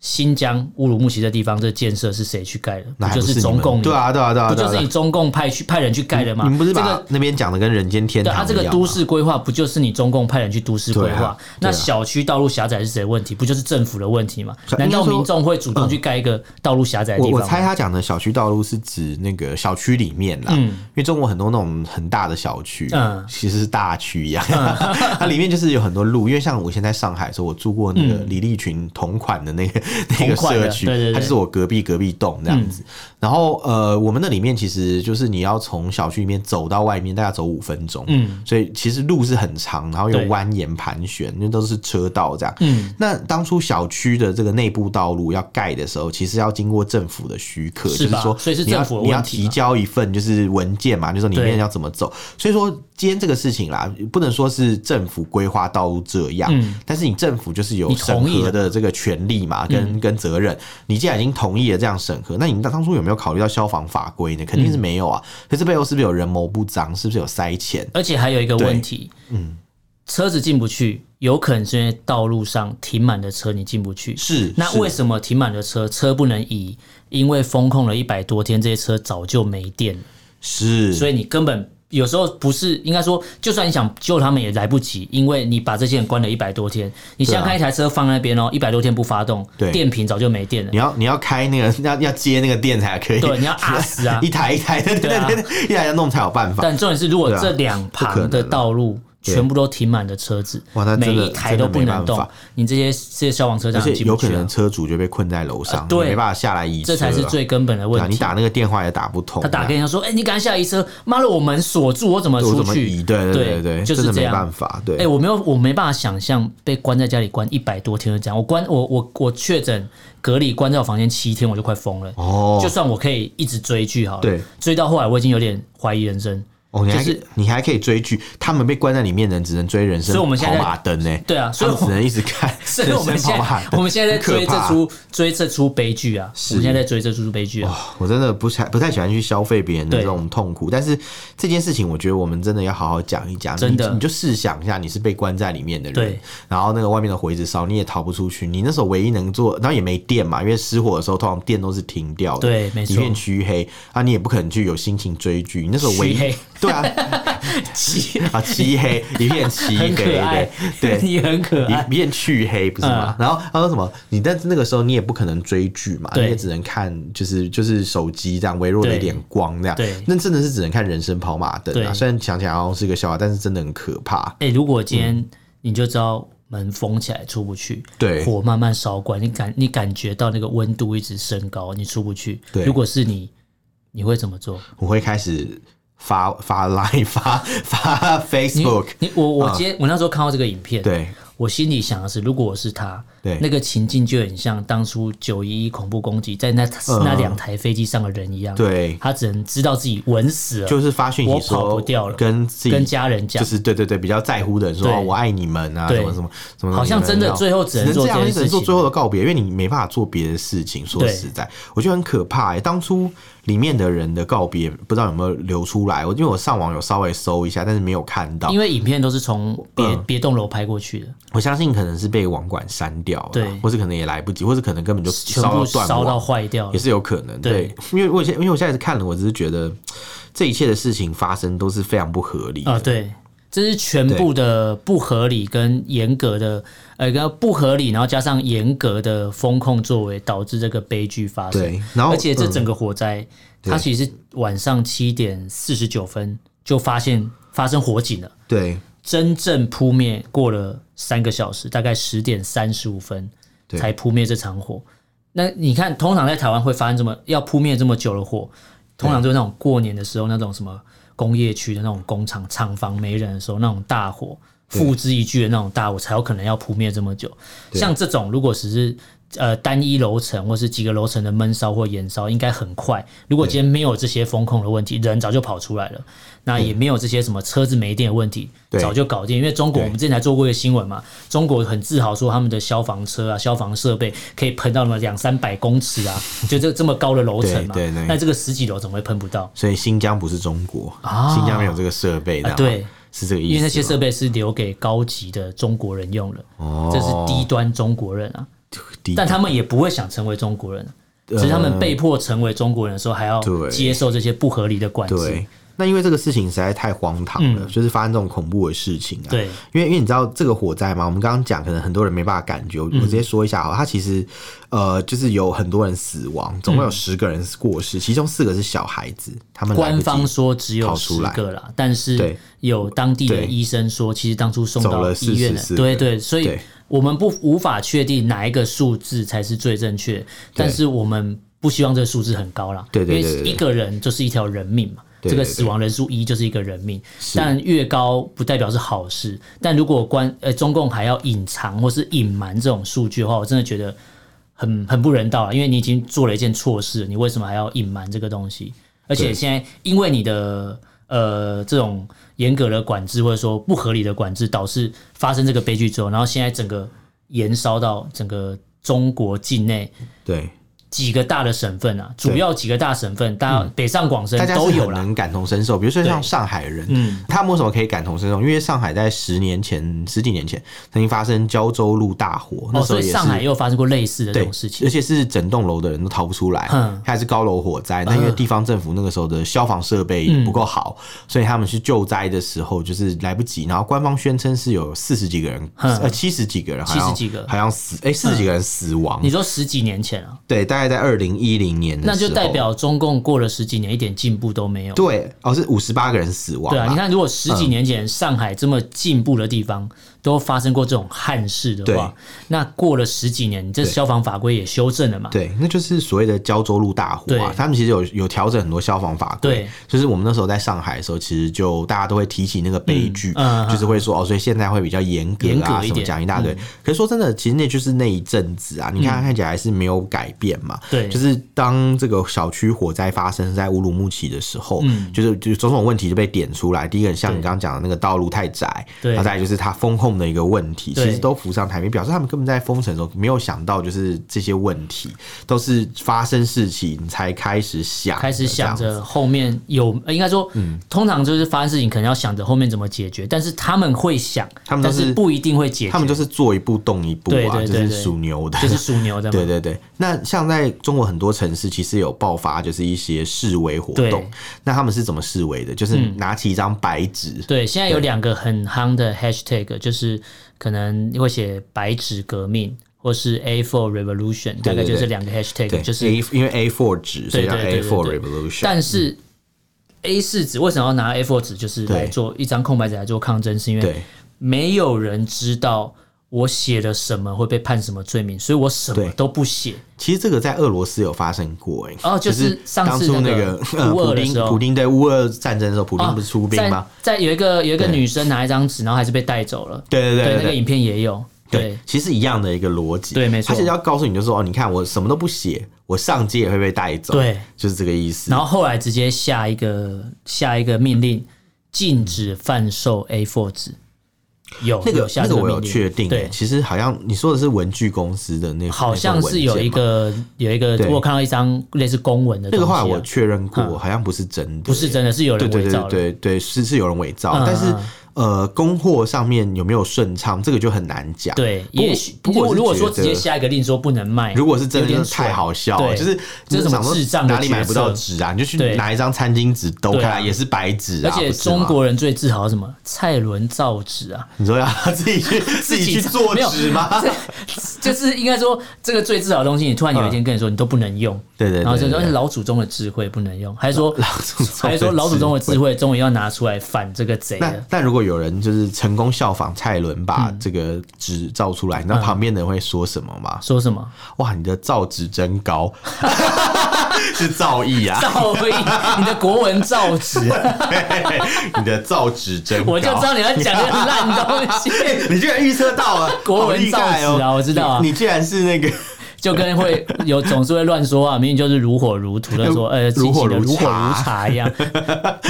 Speaker 1: 新疆乌鲁木齐的地方，这建设是谁去盖的？
Speaker 2: 那还
Speaker 1: 就
Speaker 2: 不
Speaker 1: 是
Speaker 2: 你
Speaker 1: 中
Speaker 2: 们
Speaker 1: 共，
Speaker 2: 对，啊，对啊，对啊，
Speaker 1: 不
Speaker 2: 对啊
Speaker 1: 就
Speaker 2: 对
Speaker 1: 是
Speaker 2: 啊
Speaker 1: 你中共派去派人去盖的吗？
Speaker 2: 你们不是
Speaker 1: 这
Speaker 2: 把
Speaker 1: 个。
Speaker 2: 那边讲的跟人间天
Speaker 1: 对
Speaker 2: 堂
Speaker 1: 啊，这
Speaker 2: 一
Speaker 1: 个
Speaker 2: 样
Speaker 1: 都
Speaker 2: 吗
Speaker 1: 市规划不就是你中共派人去都市规
Speaker 2: 对
Speaker 1: 划？
Speaker 2: 啊
Speaker 1: 那
Speaker 2: 对啊
Speaker 1: 小区道路狭窄是谁的问题？不就是政府的问题吗？
Speaker 2: 所以
Speaker 1: 难
Speaker 2: 应该
Speaker 1: 道
Speaker 2: 说
Speaker 1: 民众会主动去盖一个道路狭窄的
Speaker 2: 我
Speaker 1: 地
Speaker 2: 我
Speaker 1: 方吗？
Speaker 2: 猜他讲的小区道路是指那个小区里面啦，因为中国很多那种很大的小区，
Speaker 1: 嗯
Speaker 2: 其实是大区一样， <laughs> 它里面就是有很多路。因为像我以前在上海的时候，我住过那个李立群同款的那个那
Speaker 1: 嗯
Speaker 2: 个
Speaker 1: 同款的
Speaker 2: 社区，
Speaker 1: 对对对嗯
Speaker 2: 它就是我隔壁隔壁栋这样子。然后呃，我们那里面其实就是你要从小区里面走到外面，大概走五分钟，
Speaker 1: 嗯
Speaker 2: 所以其实路是很长，然后有
Speaker 1: 对
Speaker 2: 蜿蜒盘旋，那都是车道这样。
Speaker 1: 嗯，
Speaker 2: 那当初小区的这个内部道路要盖的时候，其实要经过政府的许可，
Speaker 1: 是
Speaker 2: 就
Speaker 1: 吧
Speaker 2: 是说
Speaker 1: 所以是
Speaker 2: 你要
Speaker 1: 政府的
Speaker 2: 你要
Speaker 1: 问题
Speaker 2: 提
Speaker 1: 嘛
Speaker 2: 交一份就是文件嘛，就说里
Speaker 1: 对
Speaker 2: 面要怎么走。所以说今天这个事情啦，不能说是政府规划道路这样，
Speaker 1: 嗯
Speaker 2: 但是你政府就是有
Speaker 1: 你
Speaker 2: 审
Speaker 1: 同意
Speaker 2: 核
Speaker 1: 了
Speaker 2: 的这个权利嘛，
Speaker 1: 嗯
Speaker 2: 跟跟责任。你既然已经同意了这样审核，那你当初有没有考虑到消防法规呢？肯定
Speaker 1: 嗯
Speaker 2: 是没有啊。可是背后是不是有人谋不臧？是不是有塞钱？
Speaker 1: 而且还有一个问题，嗯，车子进不去，有可能是因为道路上停满了车，你进不去。
Speaker 2: 是
Speaker 1: 那
Speaker 2: 是
Speaker 1: 为什么停满了车，车不能移？因为封控了一百多天，这些车早就没电了，
Speaker 2: 是，
Speaker 1: 所以你根本有时候不是应该说，就算你想救他们也来不及，因为你把这些人关了一百多天。你想想看，一台车放在那边哦，一百多天不发动，
Speaker 2: 啊对
Speaker 1: 电瓶早就没电了
Speaker 2: 你。要你要开那个 <laughs> 要要接那个电才可以，
Speaker 1: 对你要压死啊
Speaker 2: <laughs> 一台一台的，对
Speaker 1: 对啊
Speaker 2: 对对，一台要弄才有办法。
Speaker 1: 但重点是，如果
Speaker 2: 对啊
Speaker 1: 这两
Speaker 2: 不可
Speaker 1: 旁
Speaker 2: 能
Speaker 1: 的
Speaker 2: 啊
Speaker 1: 道路全部都停满了车子，
Speaker 2: 哇那
Speaker 1: 每
Speaker 2: 真的
Speaker 1: 一台都不能
Speaker 2: 真的没
Speaker 1: 动
Speaker 2: 办法，
Speaker 1: 你这些这些消防车
Speaker 2: 而
Speaker 1: 当
Speaker 2: 且
Speaker 1: 然进
Speaker 2: 有
Speaker 1: 不
Speaker 2: 可
Speaker 1: 去啊
Speaker 2: 能车主就被困在楼上，
Speaker 1: 对
Speaker 2: 没办法下来移车
Speaker 1: 这
Speaker 2: 啊，
Speaker 1: 才是最根本的
Speaker 2: 对啊
Speaker 1: 问
Speaker 2: 你
Speaker 1: 题。
Speaker 2: 打那个电话也打不通啊，
Speaker 1: 他打给人家说：“哎、你赶快下来移车！妈的，我门锁住，我怎么
Speaker 2: 我
Speaker 1: 出
Speaker 2: 怎么移？
Speaker 1: 去？”
Speaker 2: 对对
Speaker 1: 对
Speaker 2: 对对，
Speaker 1: 就是
Speaker 2: 真的
Speaker 1: 这
Speaker 2: 没
Speaker 1: 样
Speaker 2: 办法，对
Speaker 1: 哎、。我没有，我没办法想象被关在家里关一百多天是这样。我关我我我确诊隔离关在我房间七天，我就快疯了。
Speaker 2: 哦
Speaker 1: 就，算我可以一直追剧好了，
Speaker 2: 对，
Speaker 1: 追到后来我已经有点怀疑人生。
Speaker 2: 哦，你还
Speaker 1: 就是
Speaker 2: 可以你还可以追剧，他们被关在里面的人只能追人生
Speaker 1: 所以我们现
Speaker 2: 跑
Speaker 1: 在
Speaker 2: 马灯呢，
Speaker 1: 对啊，
Speaker 2: 他
Speaker 1: 所以
Speaker 2: 们
Speaker 1: 我
Speaker 2: 只能一直看
Speaker 1: <laughs> 所以
Speaker 2: 人
Speaker 1: 我们
Speaker 2: 生
Speaker 1: 现
Speaker 2: 跑马
Speaker 1: 在
Speaker 2: 灯，
Speaker 1: 我们现在在追
Speaker 2: 很可
Speaker 1: 这
Speaker 2: 怕
Speaker 1: 出追这出悲剧啊！我们现在在追这出悲剧啊！
Speaker 2: 哦 <sighs> 我真的不太不太喜欢去消费别人的
Speaker 1: 对
Speaker 2: 这种痛苦，但是这件事情，我觉得我们真的要好好讲一讲。
Speaker 1: 真的
Speaker 2: 你你就试想一下，你是被关在里面的人
Speaker 1: 对，
Speaker 2: 然后那个外面的火一直烧，你也逃不出去。你那时候唯一能做，然后也没电嘛，因为失火的时候通常电都是停掉的，
Speaker 1: 对没错
Speaker 2: 一片黢黑啊，你也不可能去有心情追剧。你那时候唯
Speaker 1: <laughs>
Speaker 2: 一
Speaker 1: 黢黑，
Speaker 2: 对啊，啊，漆黑，一片漆黑，
Speaker 1: <laughs> 很可爱
Speaker 2: 对，
Speaker 1: <laughs>
Speaker 2: 对，
Speaker 1: 你很可爱
Speaker 2: <laughs> 一，片去黑不是
Speaker 1: 嗯
Speaker 2: 吗？然后他说什么？你但是那个时候你也不可能追剧嘛，你
Speaker 1: 对
Speaker 2: 也只能看就是就是手机这样微弱的一点光这样，
Speaker 1: 对
Speaker 2: 那真的是只能看人生跑马灯啊。
Speaker 1: 对
Speaker 2: 虽然想起来好像是个笑话，但是真的很可怕。
Speaker 1: 哎、如果今天你就知道门封起来出不去，
Speaker 2: 对
Speaker 1: 火慢慢烧关，你感你感觉到那个温度一直升高，你出不去。
Speaker 2: 对
Speaker 1: 如果是你，你会怎么
Speaker 2: <laughs>
Speaker 1: 做？
Speaker 2: 我会开始发发 Line 发发 Facebook，
Speaker 1: 你我我今天、我那时候看到这个影片，
Speaker 2: 啊对
Speaker 1: 我心里想的是，如果我是他，
Speaker 2: 对
Speaker 1: 那个情境就很像当初九一一恐怖攻击在那、那两台飞机上的人一样，
Speaker 2: 嗯对，
Speaker 1: 他只能知道自己稳死了，
Speaker 2: 就是发讯息
Speaker 1: 我跑
Speaker 2: 说
Speaker 1: 不掉了
Speaker 2: 跟自己
Speaker 1: 跟家人讲
Speaker 2: 就。是对对对，比较在乎的人说
Speaker 1: 对
Speaker 2: 哦我爱你们啊，
Speaker 1: 对
Speaker 2: 什么什么什么，
Speaker 1: 好像真的
Speaker 2: 你们
Speaker 1: 最后只
Speaker 2: 只
Speaker 1: 能
Speaker 2: 能
Speaker 1: 做
Speaker 2: 这样，
Speaker 1: 这
Speaker 2: 你
Speaker 1: 件
Speaker 2: 只能
Speaker 1: 事
Speaker 2: 做
Speaker 1: 情
Speaker 2: 最后的告别，因为你没办法做别的事情。说
Speaker 1: 对
Speaker 2: 实在，我觉得很可怕、欸。当初里面的人的告别，不知道有没有流出来？我因为我上网有稍微搜一下，但是没有看到
Speaker 1: 因。为影片都是从别
Speaker 2: 嗯
Speaker 1: 别栋楼拍过去的，
Speaker 2: 我相信可能是被网管删掉了，
Speaker 1: 对
Speaker 2: 或是可能也来不及，或是可能根本就
Speaker 1: 全
Speaker 2: 烧
Speaker 1: 部
Speaker 2: 到断
Speaker 1: 烧
Speaker 2: 网
Speaker 1: 到坏掉
Speaker 2: 也
Speaker 1: 了。
Speaker 2: 是有可能。
Speaker 1: 对
Speaker 2: 对，因为我现因为我现在是看了，我只是觉得这一切的事情发生都是非常不合理的
Speaker 1: 啊、对，这是全部的不合理跟严格的，呃，跟不合理，然后加上严格的风控作为，导致这个悲剧发生。
Speaker 2: 对然后嗯
Speaker 1: 而且这整个火灾，它其实是晚上七点四十九分就发现发生火警了，
Speaker 2: 对，
Speaker 1: 真正扑灭过了三个小时，大概十点三十五分
Speaker 2: 对
Speaker 1: 才扑灭这场火。那你看，通常在台湾会发生这么要扑灭这么久的火，通常就是那种过年的时候，那种什么工业区的那种工厂厂房没人的时候，那种大火付之一炬的那种大火，才有可能要扑灭这么久。像这种，如果只是呃单一楼层或是几个楼层的闷烧或延烧，应该很快。如果今天没有这些风控的问题，人早就跑出来了，那也没有这些什么车子没电的问题，
Speaker 2: 对
Speaker 1: 早就搞定。因为中国
Speaker 2: 对
Speaker 1: 我们之前才做过一个新闻嘛，中国很自豪说他们的消防车啊、消防设备可以喷到什么两三百公尺啊，就这这么高的楼层嘛
Speaker 2: 对对对。
Speaker 1: 那这个十几楼怎么会喷不到？
Speaker 2: 所以新疆不是中国，
Speaker 1: 啊
Speaker 2: 新疆没有这个设备的、
Speaker 1: 啊对，
Speaker 2: 是这个意思吗。
Speaker 1: 因为那些设备是留给高级的中国人用的，
Speaker 2: 哦
Speaker 1: 这是低端中国人啊。
Speaker 2: 低呃
Speaker 1: 但他们也不会想成为中国人，啊只是他们被迫成为中国人的时候，还要
Speaker 2: 对
Speaker 1: 接受这些不合理的管制
Speaker 2: 对。。那因为这个事情实在太荒唐了，就是发生这种恐怖的事情啊。
Speaker 1: 嗯对，
Speaker 2: 因为因为你知道这个火灾嘛，我们刚刚讲，可能很多人没办法感觉。我
Speaker 1: 嗯
Speaker 2: 我直接说一下好了，它其实呃，就是有很多人死亡，总
Speaker 1: 嗯
Speaker 2: 共有十个人过世，其中四个是小孩子，他们来不
Speaker 1: 官
Speaker 2: 及
Speaker 1: 方说只有
Speaker 2: 逃
Speaker 1: 十
Speaker 2: 出来
Speaker 1: 个啦，但是
Speaker 2: 对
Speaker 1: 有当地的
Speaker 2: 对
Speaker 1: 医生说，其实当初送
Speaker 2: 走
Speaker 1: 到
Speaker 2: 了
Speaker 1: 医院
Speaker 2: 44
Speaker 1: 对
Speaker 2: 个
Speaker 1: 对，所以
Speaker 2: 对
Speaker 1: 我们不无法确定哪一个数字才是最正确，但是我们不希望这个数字很高啦，
Speaker 2: 对对对
Speaker 1: 因
Speaker 2: 对
Speaker 1: 为
Speaker 2: 对
Speaker 1: 一个人就是一条人命嘛。
Speaker 2: 对
Speaker 1: 这个
Speaker 2: 对对
Speaker 1: 死亡人数一就是一个人命，但越高不代表是好事。但如果关呃中共还要隐藏或是隐瞒这种数据的话，我真的觉得很很不人道啊了，因为你已经做了一件错事，你为什么还要隐瞒这个东西？而且
Speaker 2: 对
Speaker 1: 现在因为你的呃这种严格的管制或者说不合理的管制，导致发生这个悲剧之后，然后现在整个延烧到整个中国境内
Speaker 2: 对，
Speaker 1: 几个大的省份啊，主要几个大省份，大北上广深
Speaker 2: 嗯大家
Speaker 1: 都
Speaker 2: 是
Speaker 1: 有
Speaker 2: 很
Speaker 1: 啦。
Speaker 2: 能感同身受。比如说像
Speaker 1: 对
Speaker 2: 上海人，
Speaker 1: 嗯
Speaker 2: 他们为什么可以感同身受？因为上海在十年前、十几年前曾经发生胶州路大火，那
Speaker 1: 哦，
Speaker 2: 时
Speaker 1: 所
Speaker 2: 候
Speaker 1: 以
Speaker 2: 也是
Speaker 1: 上海又发生过类似的这
Speaker 2: 对
Speaker 1: 种事情
Speaker 2: 而。且是整栋楼的人都逃不出来
Speaker 1: 嗯，
Speaker 2: 还是高楼火灾。那因为地方政府那个时候的消防设备
Speaker 1: 嗯
Speaker 2: 也不够好，所以他们去救灾的时候就是来不及。然后官方宣称是有四十几个人，
Speaker 1: 嗯
Speaker 2: 呃七十几个人，好
Speaker 1: 70
Speaker 2: 像
Speaker 1: 几个嗯
Speaker 2: 好像死，哎四十几个人死亡
Speaker 1: 你。说十几年前啊，
Speaker 2: 对，大概在二零一零年的时
Speaker 1: 那
Speaker 2: 候，
Speaker 1: 就代表中共过了十几年一点进步都没有。
Speaker 2: 对哦是五十八个人死亡
Speaker 1: 对
Speaker 2: 啦。
Speaker 1: 啊，你看，如果十几年
Speaker 2: 嗯
Speaker 1: 前上海这么进步的地方都发生过这种憾事的话，那过了十几年，你这
Speaker 2: 对
Speaker 1: 消防法规也修正了嘛？
Speaker 2: 对，那就是所谓的胶州路大火啊
Speaker 1: 对。
Speaker 2: 他们其实有有调整很多消防法规
Speaker 1: 对，
Speaker 2: 就是我们那时候在上海的时候，其实就大家都会提起那个悲剧，
Speaker 1: 嗯嗯
Speaker 2: 就是会说哦，所以现在会比较严格
Speaker 1: 严
Speaker 2: 啊，
Speaker 1: 格一
Speaker 2: 什么
Speaker 1: 点嗯
Speaker 2: 讲一大堆。可是说真的，其实那就是那一阵子啊，你看看起来还是没有改变嘛。
Speaker 1: 对
Speaker 2: 就是当这个小区火灾发生在乌鲁木齐的时候，就是就是种种问题就被点出来。第一个像你
Speaker 1: 嗯对
Speaker 2: 刚刚讲的那个道路太窄，
Speaker 1: 对
Speaker 2: 然后再来就是它封控的一个问题，其
Speaker 1: 对
Speaker 2: 实都浮上台面，表示他们根本在封城的时候没有想到，就是这些问题都是发生事情才开始想的，
Speaker 1: 开始想
Speaker 2: 这样嗯
Speaker 1: 着后面有，呃应该说，通常就是发生事情，可能要想着后面怎么解决，但是他们会想，
Speaker 2: 他们都
Speaker 1: 但
Speaker 2: 是
Speaker 1: 是不一定会解决，
Speaker 2: 他们就是做一步动一步啊，
Speaker 1: 对对对
Speaker 2: 就是
Speaker 1: 对
Speaker 2: 属牛的，
Speaker 1: 就是属牛
Speaker 2: <laughs>
Speaker 1: 的嘛。
Speaker 2: 对对对，那像在中国很多城市，其实有爆发就是一些示威活动
Speaker 1: 对。嗯
Speaker 2: 那他们是怎么示威的？就是拿起一张白纸，
Speaker 1: 对，现在有两个很夯的 hashtag，就是可能会写“白纸革命”或是 “A for Revolution”，大
Speaker 2: 对
Speaker 1: 概就
Speaker 2: 对
Speaker 1: 是两个 hashtag，
Speaker 2: 对，
Speaker 1: 就是
Speaker 2: A 因为 A four 纸，所以叫
Speaker 1: 对对
Speaker 2: A
Speaker 1: 对
Speaker 2: four
Speaker 1: 对
Speaker 2: revolution。
Speaker 1: 但是 A 四纸为什么要拿 A 4纸，就是来
Speaker 2: 对
Speaker 1: 做一张空白纸来做抗争，是因为
Speaker 2: 对
Speaker 1: 没有人知道我写了什么会被判什么罪名，所以我什么
Speaker 2: 对
Speaker 1: 都不写。
Speaker 2: 其实这个在俄罗斯有发生过、欸，
Speaker 1: 哦就
Speaker 2: 就是
Speaker 1: 上
Speaker 2: 当
Speaker 1: 次
Speaker 2: 初
Speaker 1: 那
Speaker 2: 个
Speaker 1: 个
Speaker 2: 呃
Speaker 1: 乌俄
Speaker 2: 普
Speaker 1: 的
Speaker 2: 丁
Speaker 1: 时候
Speaker 2: 普丁对乌俄战争的时候，普丁
Speaker 1: 啊
Speaker 2: 不是出兵吗？？
Speaker 1: 在在有一个有一个
Speaker 2: 对
Speaker 1: 女生拿一张纸，然后还是被带走了。
Speaker 2: 对对对
Speaker 1: 那个
Speaker 2: 对
Speaker 1: 影片也有。
Speaker 2: 对
Speaker 1: 对，
Speaker 2: 其实一样的一个逻辑，
Speaker 1: 对没错
Speaker 2: 他其实要告诉你，就是说，哦，你看我什么都不写，我上街也会被带走，
Speaker 1: 对，
Speaker 2: 就是这个意思。
Speaker 1: 然后后来直接下一个下一个命令，禁止贩售 A 4纸。有
Speaker 2: 那
Speaker 1: 有
Speaker 2: 个
Speaker 1: 下
Speaker 2: 那
Speaker 1: 这
Speaker 2: 个我
Speaker 1: 命
Speaker 2: 有
Speaker 1: 令
Speaker 2: 确定、欸
Speaker 1: 对，，
Speaker 2: 其实好像你说的是文具公司的那个，
Speaker 1: 好像是
Speaker 2: 那份文件
Speaker 1: 有一
Speaker 2: 嘛
Speaker 1: 个有一个，
Speaker 2: 对
Speaker 1: 我有看到一张类似公文的
Speaker 2: 那
Speaker 1: 东西
Speaker 2: 个
Speaker 1: 啊、
Speaker 2: 话我确认过，好像不是真的，欸
Speaker 1: 不是真的，是有
Speaker 2: 对
Speaker 1: 人
Speaker 2: 对
Speaker 1: 伪
Speaker 2: 对
Speaker 1: 造
Speaker 2: 对
Speaker 1: 的。
Speaker 2: 对对，是是有人伪造，
Speaker 1: 嗯
Speaker 2: 但是
Speaker 1: 嗯
Speaker 2: 呃，供货上面有没有顺畅，这个就很难讲。
Speaker 1: 对，
Speaker 2: 不过
Speaker 1: 也许
Speaker 2: 不过我是
Speaker 1: 如果说
Speaker 2: 觉
Speaker 1: 直
Speaker 2: 得
Speaker 1: 接下一个令说不能卖，
Speaker 2: 如果是真
Speaker 1: 有
Speaker 2: 的，
Speaker 1: 点
Speaker 2: 就是太
Speaker 1: 蠢
Speaker 2: 好笑了，
Speaker 1: 对
Speaker 2: 就是你
Speaker 1: 这是什么
Speaker 2: 想说
Speaker 1: 智障的
Speaker 2: 哪里买
Speaker 1: 角
Speaker 2: 不
Speaker 1: 色
Speaker 2: 到纸啊？你就去
Speaker 1: 对
Speaker 2: 拿一张餐巾纸兜
Speaker 1: 对
Speaker 2: 开
Speaker 1: 啊
Speaker 2: 来，也是白纸啊。
Speaker 1: 而且
Speaker 2: 不是吗
Speaker 1: 中，国人最自豪是什么？蔡伦造纸啊，
Speaker 2: 你说要 <laughs> 自己
Speaker 1: <laughs>
Speaker 2: 去自己去做
Speaker 1: 没有
Speaker 2: 纸吗？
Speaker 1: <laughs> 就是应该说这个最自豪的东西，你突然有一天跟你说你都不能用，
Speaker 2: 对对对
Speaker 1: 然后就说
Speaker 2: 对对
Speaker 1: 哎老祖宗的智慧不能用，还是说
Speaker 2: <laughs> 祖宗的
Speaker 1: 还是说老祖宗的
Speaker 2: 智
Speaker 1: 智慧终于要拿出来反这个贼
Speaker 2: 那
Speaker 1: 了。
Speaker 2: 但如果有人就是成功效仿蔡伦把
Speaker 1: 嗯
Speaker 2: 这个纸造出来，你知道旁边的人会说什么吗？
Speaker 1: 说什么
Speaker 2: 哇，你的造纸真高， <laughs> 是造诣啊！
Speaker 1: 造诣？你的国文造
Speaker 2: <laughs>
Speaker 1: 纸，
Speaker 2: 你的造纸真
Speaker 1: <laughs>
Speaker 2: 高，
Speaker 1: 我就知道你要讲这个烂东西。
Speaker 2: 你居然预测到了，
Speaker 1: <laughs> 国文
Speaker 2: 好厉害
Speaker 1: 造
Speaker 2: 哦
Speaker 1: 纸啊我知道啊
Speaker 2: 你你居然是那
Speaker 1: <laughs>
Speaker 2: 个
Speaker 1: <laughs> 就跟会有总是会乱说话，明明就是如火如荼的说，呃，
Speaker 2: 如火如
Speaker 1: 如火
Speaker 2: 茶
Speaker 1: 如茶一
Speaker 2: <laughs>
Speaker 1: 样。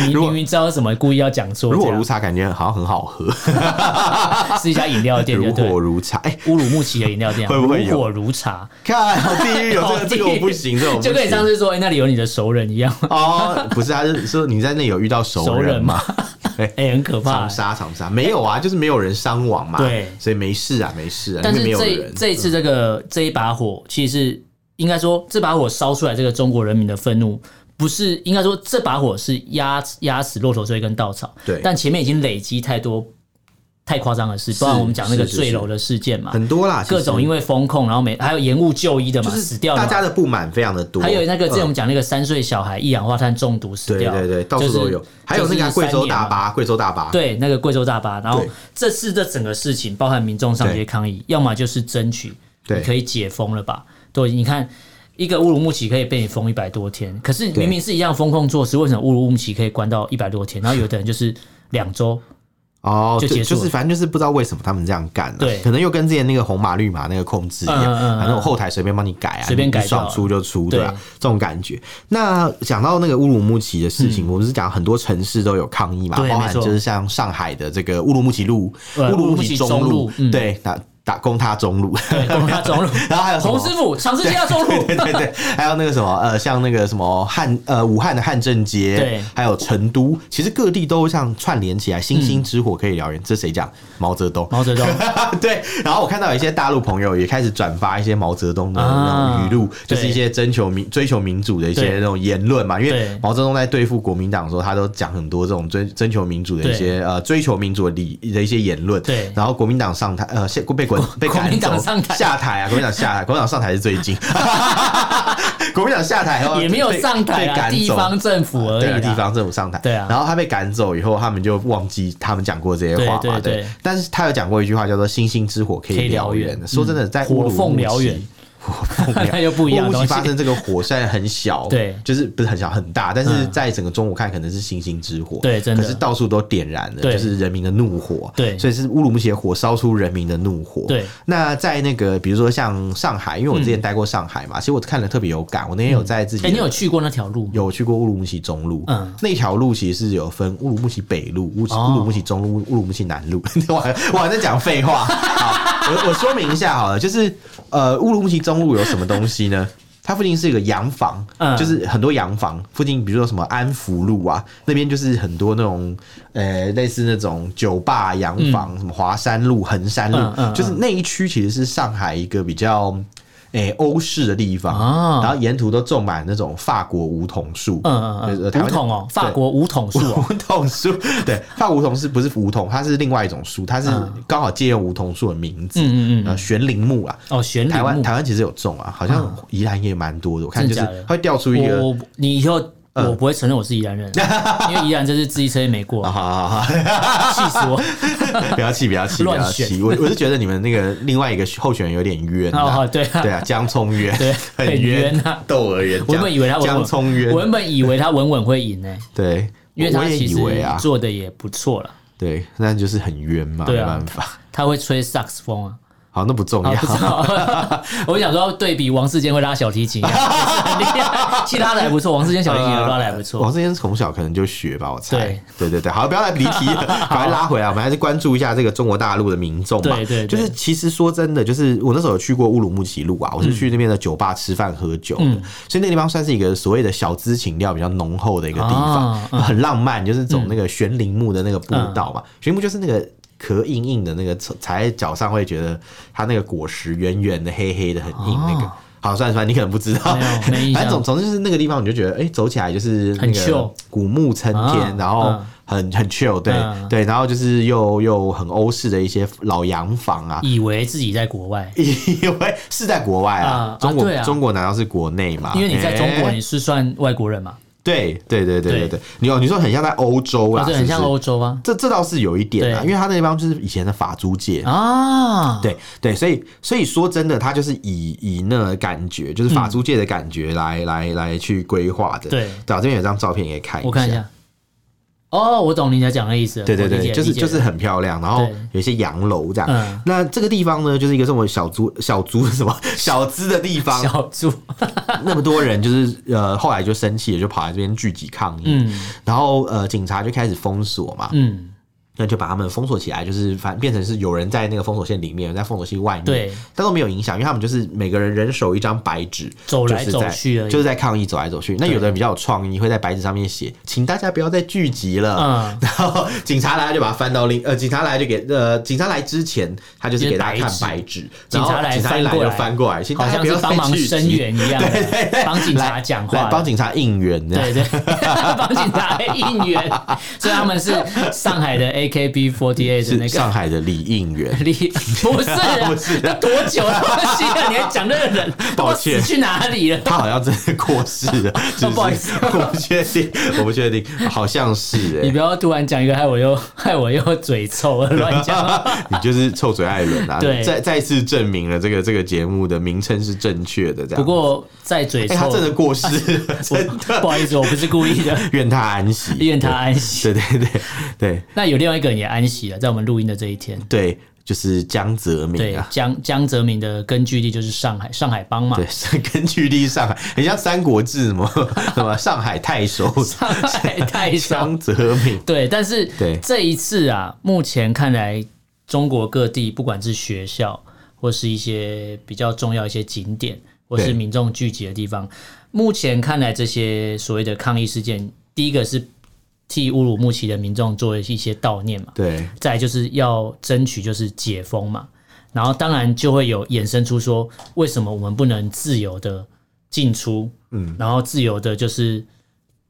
Speaker 1: 你
Speaker 2: 如果
Speaker 1: 明明知道什么，故意要讲错，
Speaker 2: 如火
Speaker 1: 这样
Speaker 2: 如茶，感觉好像很好喝，
Speaker 1: 是一家饮料店，
Speaker 2: 如
Speaker 1: 就对
Speaker 2: 火
Speaker 1: 了。
Speaker 2: 如茶。哎、
Speaker 1: 乌鲁木齐的饮料店啊，
Speaker 2: <laughs> 会不会有
Speaker 1: 如火如茶？
Speaker 2: 看好地狱有哦这个，这个我不
Speaker 1: <laughs>
Speaker 2: 行，这个我不
Speaker 1: 就跟你上
Speaker 2: 行。
Speaker 1: 次说，哎，那里有你的熟人一样，
Speaker 2: 哦，不是啊，就是说你在那有遇到熟
Speaker 1: 熟
Speaker 2: 人
Speaker 1: 人
Speaker 2: 吗
Speaker 1: 嘛？
Speaker 2: 对。
Speaker 1: <laughs> 哎，很可怕
Speaker 2: 长。沙，长沙没有啊，就是没有人伤亡嘛，
Speaker 1: 对
Speaker 2: 所以没事啊，没事啊，
Speaker 1: 但
Speaker 2: 因
Speaker 1: 是
Speaker 2: 为没有
Speaker 1: 这
Speaker 2: 人。
Speaker 1: 这一次这个这一把火，其实是应该说这把火烧出来，这个中国人民的愤怒。不是，应该说这把火是压压死骆驼最后一根稻草。
Speaker 2: 对
Speaker 1: 但前面已经累积太多太夸张的事，不然我们讲那个
Speaker 2: 是是是
Speaker 1: 坠楼的事件嘛，
Speaker 2: 很多啦，
Speaker 1: 各种因
Speaker 2: 为
Speaker 1: 为风控，然后没还有延误就医的嘛，
Speaker 2: 就
Speaker 1: 死掉的
Speaker 2: 大
Speaker 1: 嘛
Speaker 2: 家的不满非常的多，
Speaker 1: 还有那个之前我们讲那个三岁小孩一氧化碳中毒死
Speaker 2: 对
Speaker 1: 掉，
Speaker 2: 对对，到处
Speaker 1: 就是
Speaker 2: 都有，还有那
Speaker 1: 就
Speaker 2: 个啊
Speaker 1: 是
Speaker 2: 贵州
Speaker 1: 三年
Speaker 2: 大
Speaker 1: 嘛
Speaker 2: 巴，贵州大巴，
Speaker 1: 对，那个贵州大巴，然后
Speaker 2: 对
Speaker 1: 这次这整个事情，包含民众上街
Speaker 2: 对
Speaker 1: 抗议，要么就是争取
Speaker 2: 对
Speaker 1: 你可以解封了吧？对，你看一个乌鲁木齐可以被你封一百多天，可是
Speaker 2: 对
Speaker 1: 明明是一样风控措施，为什么乌鲁木齐可以关到一百多天？然后有的人就是两周，
Speaker 2: 哦，
Speaker 1: 就
Speaker 2: 对
Speaker 1: 结束
Speaker 2: 就是
Speaker 1: 了
Speaker 2: 反正就是不知道为什么他们这样干、啊，
Speaker 1: 对
Speaker 2: 可能又跟之前那个红码绿码那个控制一样，
Speaker 1: 嗯嗯嗯
Speaker 2: 反正我后台随便帮你改啊，
Speaker 1: 随便改
Speaker 2: 你爽
Speaker 1: 就好
Speaker 2: 出就出，对吧、
Speaker 1: 对
Speaker 2: 这种感觉。那讲到那个乌鲁木齐的事情，我们是讲很多城市都有抗议嘛，
Speaker 1: 嗯对
Speaker 2: 包
Speaker 1: 没
Speaker 2: 含
Speaker 1: 错
Speaker 2: 就是像上海的这个乌鲁木齐路、
Speaker 1: 呃
Speaker 2: 鲁木齐
Speaker 1: 乌鲁木齐中
Speaker 2: 路
Speaker 1: 路，嗯
Speaker 2: 对，打打攻他中路，
Speaker 1: 对，攻他中路，
Speaker 2: <laughs> 然后还有什么
Speaker 1: 洪师傅强制接他中路，
Speaker 2: 对对对，还有那个什么呃，像那个什么汉呃武汉的汉正街
Speaker 1: 对，
Speaker 2: 还有成都，其实各地都像串联起来，星星之火可以燎原。这谁讲？毛泽东。
Speaker 1: 嗯毛泽东
Speaker 2: <laughs> 对，然后我看到有一些大陆朋友也开始转发一些毛泽东的那
Speaker 1: 啊
Speaker 2: 种语录，就是
Speaker 1: 对
Speaker 2: 一些征求民追求民主的一些
Speaker 1: 对
Speaker 2: 那种言论嘛。因为
Speaker 1: 对
Speaker 2: 毛泽东在对付国民党的时候，他都讲很多这种追征求民主的一些呃追求民主的理的一些言论。
Speaker 1: 对
Speaker 2: 然后国民党上台呃现被滚被
Speaker 1: 国
Speaker 2: 赶
Speaker 1: 民党
Speaker 2: 走
Speaker 1: 上台
Speaker 2: 下台啊，国民党下台，国民党上台是最近。 <laughs> 国民党下台后
Speaker 1: 也没有
Speaker 2: 哦被
Speaker 1: 上台
Speaker 2: 被
Speaker 1: 啊，
Speaker 2: 赶
Speaker 1: 地
Speaker 2: 走
Speaker 1: 方政府而
Speaker 2: 对啊
Speaker 1: 已
Speaker 2: 地
Speaker 1: 啦。
Speaker 2: 方政府上台，
Speaker 1: 对啊
Speaker 2: 然后他被赶走以后，他们就忘记他们讲过这些话嘛，
Speaker 1: 对对对
Speaker 2: 但是他有讲过一句话，叫做“星星之火可
Speaker 1: 可
Speaker 2: 以
Speaker 1: 以燎
Speaker 2: 燎原”
Speaker 1: 原
Speaker 2: 说真的，
Speaker 1: 嗯
Speaker 2: 在
Speaker 1: 火凤 <laughs> 燎原
Speaker 2: 火凤燎
Speaker 1: 那又不一样
Speaker 2: 乌
Speaker 1: 的
Speaker 2: 鲁
Speaker 1: 东
Speaker 2: 木齐
Speaker 1: 西
Speaker 2: 发生这个火虽然很小，
Speaker 1: <laughs> 对
Speaker 2: 就是不是很小很大，但是
Speaker 1: 嗯
Speaker 2: 在整个中国看可能是星星之火，
Speaker 1: 对真的
Speaker 2: 可是到处都点燃了，
Speaker 1: 对
Speaker 2: 就是人民的怒火，
Speaker 1: 对
Speaker 2: 所以是乌鲁木齐的火烧出人民的怒火，
Speaker 1: 对。
Speaker 2: 那在那个比如说像上海，因为我之前待过上海嘛，其实我看了特别有感，我那天有在自己
Speaker 1: 哎，
Speaker 2: 的
Speaker 1: 你有去过那条路吗？
Speaker 2: 有去过乌鲁木齐中路，
Speaker 1: 嗯
Speaker 2: 那条路其实是有分乌鲁木齐北路、乌
Speaker 1: 哦
Speaker 2: 乌鲁木齐中路、乌鲁木齐南路。 <laughs> 我还我还在讲废话，好，我我说明一下好了，就是呃，乌鲁木齐中路有什么东西呢？它附近是一个洋房，
Speaker 1: 嗯
Speaker 2: 就是很多洋房。附近比如说什么安福路啊，那边就是很多那种呃类似那种酒吧、洋房，什么华山路、衡山路，
Speaker 1: 嗯嗯嗯
Speaker 2: 就是那一区其实是上海一个比较诶欧、式的地方。
Speaker 1: 啊
Speaker 2: 然后沿途都种满那种法国梧桐树，
Speaker 1: 嗯嗯
Speaker 2: 呃
Speaker 1: 嗯，梧桐哦，法。国梧桐树
Speaker 2: 台湾
Speaker 1: 哦，
Speaker 2: 叫梧桐树， <laughs> 对，法国梧桐是不是梧桐？它是另外一种树，它是
Speaker 1: 嗯
Speaker 2: 刚好借用梧桐树的名字，
Speaker 1: 嗯嗯嗯
Speaker 2: 呃，悬铃木啊，
Speaker 1: 哦，悬铃
Speaker 2: 台湾
Speaker 1: 木。
Speaker 2: 台湾其实有种啊，好像宜兰也蛮多的，我看就是
Speaker 1: 真假的
Speaker 2: 它会掉出一个 <laughs> 嗯
Speaker 1: 我我你以后我不会承认我是宜兰人，因为宜兰这次自行车也没过
Speaker 2: 啊，，好好好，
Speaker 1: 气死
Speaker 2: <laughs>
Speaker 1: 我！
Speaker 2: 不要气，不要气，不
Speaker 1: 乱
Speaker 2: 要气，我我是觉得你们那个另外一个候选人有点冤啊
Speaker 1: 哦，，对啊，
Speaker 2: 对啊，江聪冤，
Speaker 1: 对
Speaker 2: 很
Speaker 1: 很
Speaker 2: 冤
Speaker 1: 冤啊
Speaker 2: 窦娥冤，
Speaker 1: 我原本以为他稳稳
Speaker 2: 江聪冤
Speaker 1: 我，原本以为他稳稳会赢呢、
Speaker 2: 对，
Speaker 1: 因为
Speaker 2: 我
Speaker 1: 他
Speaker 2: 也
Speaker 1: 其
Speaker 2: 以
Speaker 1: 实
Speaker 2: 为啊，
Speaker 1: 做的也不错了，
Speaker 2: 对，那就是很冤嘛，没
Speaker 1: 对啊
Speaker 2: 办法。
Speaker 1: 他会吹萨克斯风啊。
Speaker 2: 好，那不重
Speaker 1: 啊
Speaker 2: 要。
Speaker 1: 不知道， <laughs> 我想说对比王世坚会拉小提琴一样，很厉
Speaker 2: <laughs>
Speaker 1: 害其他的还不错，王世坚小提琴也拉的还不
Speaker 2: 呃
Speaker 1: 错。
Speaker 2: 王世坚从小可能就学吧，我猜
Speaker 1: 对。
Speaker 2: 对对对，好，不要来离
Speaker 1: <laughs>
Speaker 2: 题了，赶快拉回来。我们还是关注一下这个中国大陆的民众嘛。
Speaker 1: 对对对
Speaker 2: 就是其实说真的，就是我那时候有去过乌鲁木齐路啊，我
Speaker 1: 嗯
Speaker 2: 是去那边的酒吧吃饭喝酒的，所以那地方算是一个所谓的小资情调比较浓厚的一个地方，
Speaker 1: 啊嗯
Speaker 2: 很浪漫，就是走那个悬铃木的那个步道嘛，悬铃木就是那个。壳硬硬的那个，踩在脚上会觉得它那个果实圆圆的、黑黑的，很硬。那个、好，算了算了，你可能不知道，
Speaker 1: 啊没有没印
Speaker 2: <laughs> 反
Speaker 1: 象
Speaker 2: 正总总之就是那个地方，你就觉得哎、走起来就是那
Speaker 1: 很
Speaker 2: 个
Speaker 1: chill
Speaker 2: 古木参天，
Speaker 1: 啊
Speaker 2: 然后
Speaker 1: 嗯
Speaker 2: 很很 chill，对、
Speaker 1: 嗯
Speaker 2: 对，然后就是又又很欧式的一些老洋房啊。
Speaker 1: 以为自己在国外，
Speaker 2: 因为是在国外
Speaker 1: 啊
Speaker 2: 啊，中
Speaker 1: 啊
Speaker 2: 国、
Speaker 1: 对啊
Speaker 2: 中国难道是国内吗？
Speaker 1: 因为你在中国
Speaker 2: 哎
Speaker 1: 你是算外国人嘛，
Speaker 2: 对对对对对
Speaker 1: 对
Speaker 2: 对，你哦，你说很像在欧洲
Speaker 1: 或
Speaker 2: 啦，
Speaker 1: 者
Speaker 2: 是
Speaker 1: 很
Speaker 2: 不
Speaker 1: 像
Speaker 2: 是
Speaker 1: 欧洲啊
Speaker 2: 这这倒是有一点啊，
Speaker 1: 对
Speaker 2: 因为他那地方就是以前的法租界，
Speaker 1: 啊，
Speaker 2: 对对，所以所以说真的，他就是以以那感觉，就是法租界的感觉来、来来去规划的。
Speaker 1: 嗯对
Speaker 2: 对啊，这边有张照片可以看
Speaker 1: 我看一下。哦，我懂你在讲的意思了。
Speaker 2: 对对
Speaker 1: 我理
Speaker 2: 对，
Speaker 1: 解
Speaker 2: 就是
Speaker 1: 理解
Speaker 2: 就是很漂亮，然后
Speaker 1: 对
Speaker 2: 有一些洋楼这样。
Speaker 1: 嗯
Speaker 2: 那这个地方呢，就是一个这么小租小租什么小资的地方，
Speaker 1: 小
Speaker 2: <laughs>
Speaker 1: 猪，
Speaker 2: 那么多人就是呃后来就生气了，就跑来这边聚集抗议。
Speaker 1: 嗯
Speaker 2: 然后呃，警察就开始封锁嘛，
Speaker 1: 嗯，
Speaker 2: 那就把他们封锁起来，就是反变成是有人在那个封锁线里面，有人在封锁线外面，
Speaker 1: 对，
Speaker 2: 但都没有影响，因为他们就是每个人人手一张白纸，
Speaker 1: 走来
Speaker 2: 就是在
Speaker 1: 走去而已
Speaker 2: 就是在抗议走来走去。那有的人比较有创意，会在白纸上面写，请大家不要再聚集了，
Speaker 1: 嗯
Speaker 2: <laughs> 然后警察来就把它翻到另呃，警察来就给呃，警察来之前他就是给大家看白纸，然后
Speaker 1: 警察来
Speaker 2: 警察一来
Speaker 1: 翻过
Speaker 2: 就
Speaker 1: 来
Speaker 2: 翻过来，请
Speaker 1: 好
Speaker 2: 大家
Speaker 1: 像
Speaker 2: 不
Speaker 1: 是
Speaker 2: 要
Speaker 1: 帮忙
Speaker 2: 再聚集
Speaker 1: 声，援一样的，
Speaker 2: 对对
Speaker 1: 帮警察
Speaker 2: 来
Speaker 1: 讲
Speaker 2: 来
Speaker 1: 话，
Speaker 2: 帮警察应援，这样
Speaker 1: <laughs> 对对，帮警察应援，所以他们是上海的 A AKB48 的那
Speaker 2: 是
Speaker 1: 个 <laughs>
Speaker 2: 上海的李应 <laughs> 元。
Speaker 1: 你不是啊，
Speaker 2: 不是
Speaker 1: 都多久的东西了？你还讲这个人，
Speaker 2: <laughs> 抱歉
Speaker 1: 我死去哪里了？
Speaker 2: 他好像真的过世
Speaker 1: <laughs>
Speaker 2: 了，只是
Speaker 1: 不好意思
Speaker 2: 我不确定， <laughs> 我不确定，好像是
Speaker 1: 你
Speaker 2: 哎、
Speaker 1: 不要突然讲一个，害我又 <laughs> 害我又嘴臭了，乱
Speaker 2: <laughs>
Speaker 1: 讲。
Speaker 2: 你就是臭嘴艾伦啊！
Speaker 1: 对
Speaker 2: 再再次证明了这个这个节目的名称是正确的。这样，
Speaker 1: 不过再嘴
Speaker 2: 哎、他
Speaker 1: 臭，
Speaker 2: 真的过世了， <laughs> 真
Speaker 1: 不
Speaker 2: 的，
Speaker 1: 好意思，我不是故意的，
Speaker 2: 愿他安息，
Speaker 1: <laughs> 愿他安息。
Speaker 2: 对。对 <laughs> 对对对
Speaker 1: 那有另外一个人也安息了，在我们录音的这一天。
Speaker 2: 对，就是江泽
Speaker 1: 对
Speaker 2: 民啊，。
Speaker 1: 江江泽民的根据地就是上海，上海帮嘛
Speaker 2: 对，。 <laughs> 是根据地上海，很像《三国志》嘛，什么 <laughs> 上海
Speaker 1: <laughs>
Speaker 2: 太守
Speaker 1: 上海太少。
Speaker 2: 江泽民，
Speaker 1: 对，但是
Speaker 2: 对
Speaker 1: 这一次啊，目前看来，中国各地不管是学校，或是一些比较重要一些景点，或是
Speaker 2: 对
Speaker 1: 民众聚集的地方，目前看来这些所谓的抗议事件，第一个是替乌鲁木齐的民众做一些悼念嘛，
Speaker 2: 对
Speaker 1: 再来就是要争取就是解封嘛，然后当然就会有衍生出说，为什么我们不能自由的进出？嗯，然后自由的就是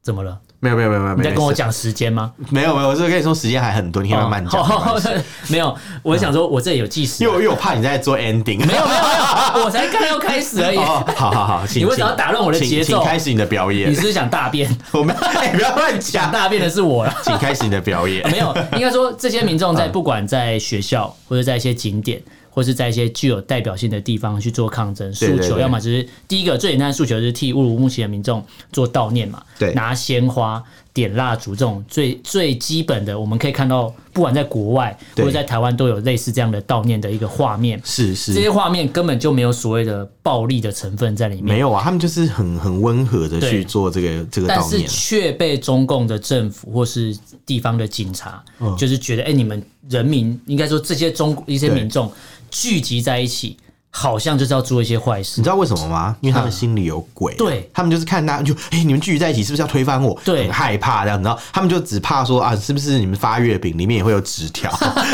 Speaker 1: 怎么了？
Speaker 2: 没有没有没有没有，
Speaker 1: 你在跟我
Speaker 2: 没事，
Speaker 1: 讲时间吗？哦
Speaker 2: 没有没有，我是跟你说时间还很多，你可以慢慢讲。
Speaker 1: <laughs>
Speaker 2: 没关系
Speaker 1: 没有，我想说，我这里有计
Speaker 2: <laughs>
Speaker 1: 时。啊
Speaker 2: 因为因为我怕你在做 ending，没
Speaker 1: 没有没有没有，我才刚要开始而已。
Speaker 2: 哦，好好好，请
Speaker 1: 你为什么要打乱我的
Speaker 2: 请
Speaker 1: 节奏
Speaker 2: 请开始你的表
Speaker 1: 你
Speaker 2: 演
Speaker 1: 是。不是想大
Speaker 2: <laughs>
Speaker 1: 便？
Speaker 2: 我们哎，不要乱
Speaker 1: 想
Speaker 2: 讲，
Speaker 1: 大便的是我啊了。
Speaker 2: 请开始你的表演。
Speaker 1: <laughs> 没有，应该说这些民众在
Speaker 2: 嗯
Speaker 1: 不管在学校或者在一些景点。或是在一些具有代表性的地方去做抗争诉
Speaker 2: 对对
Speaker 1: 求，
Speaker 2: 对
Speaker 1: 要么就是第一个最简单的诉求就是替乌鲁木齐的民众做悼念嘛，
Speaker 2: 对
Speaker 1: 拿鲜花、点蜡烛这种最最基本的，我们可以看到，不管在国外或
Speaker 2: 对
Speaker 1: 者在台湾都有类似这样的悼念的一个画面。
Speaker 2: 是
Speaker 1: 这些
Speaker 2: 是，
Speaker 1: 画面根本就没有所谓的暴力的成分在里面，
Speaker 2: 没有啊，他们就是很很温和的
Speaker 1: 对
Speaker 2: 去做这个这个
Speaker 1: 但
Speaker 2: 悼
Speaker 1: 是
Speaker 2: 念。
Speaker 1: 却被中共的政府或是地方的警察，
Speaker 2: 嗯
Speaker 1: 就是觉得，哎、你们人民应该说这些中一些
Speaker 2: 对
Speaker 1: 民众聚集在一起，好像就是要做一些坏事
Speaker 2: 你。知道为什么吗？因为他们心里有鬼啊、
Speaker 1: 嗯对
Speaker 2: 他们就是看他就哎、你们聚集在一起是不是要推翻我？
Speaker 1: 对
Speaker 2: 很害怕这样，然后他们就只怕说啊，是不是你们发月饼里面也会有
Speaker 1: <laughs>
Speaker 2: 纸条，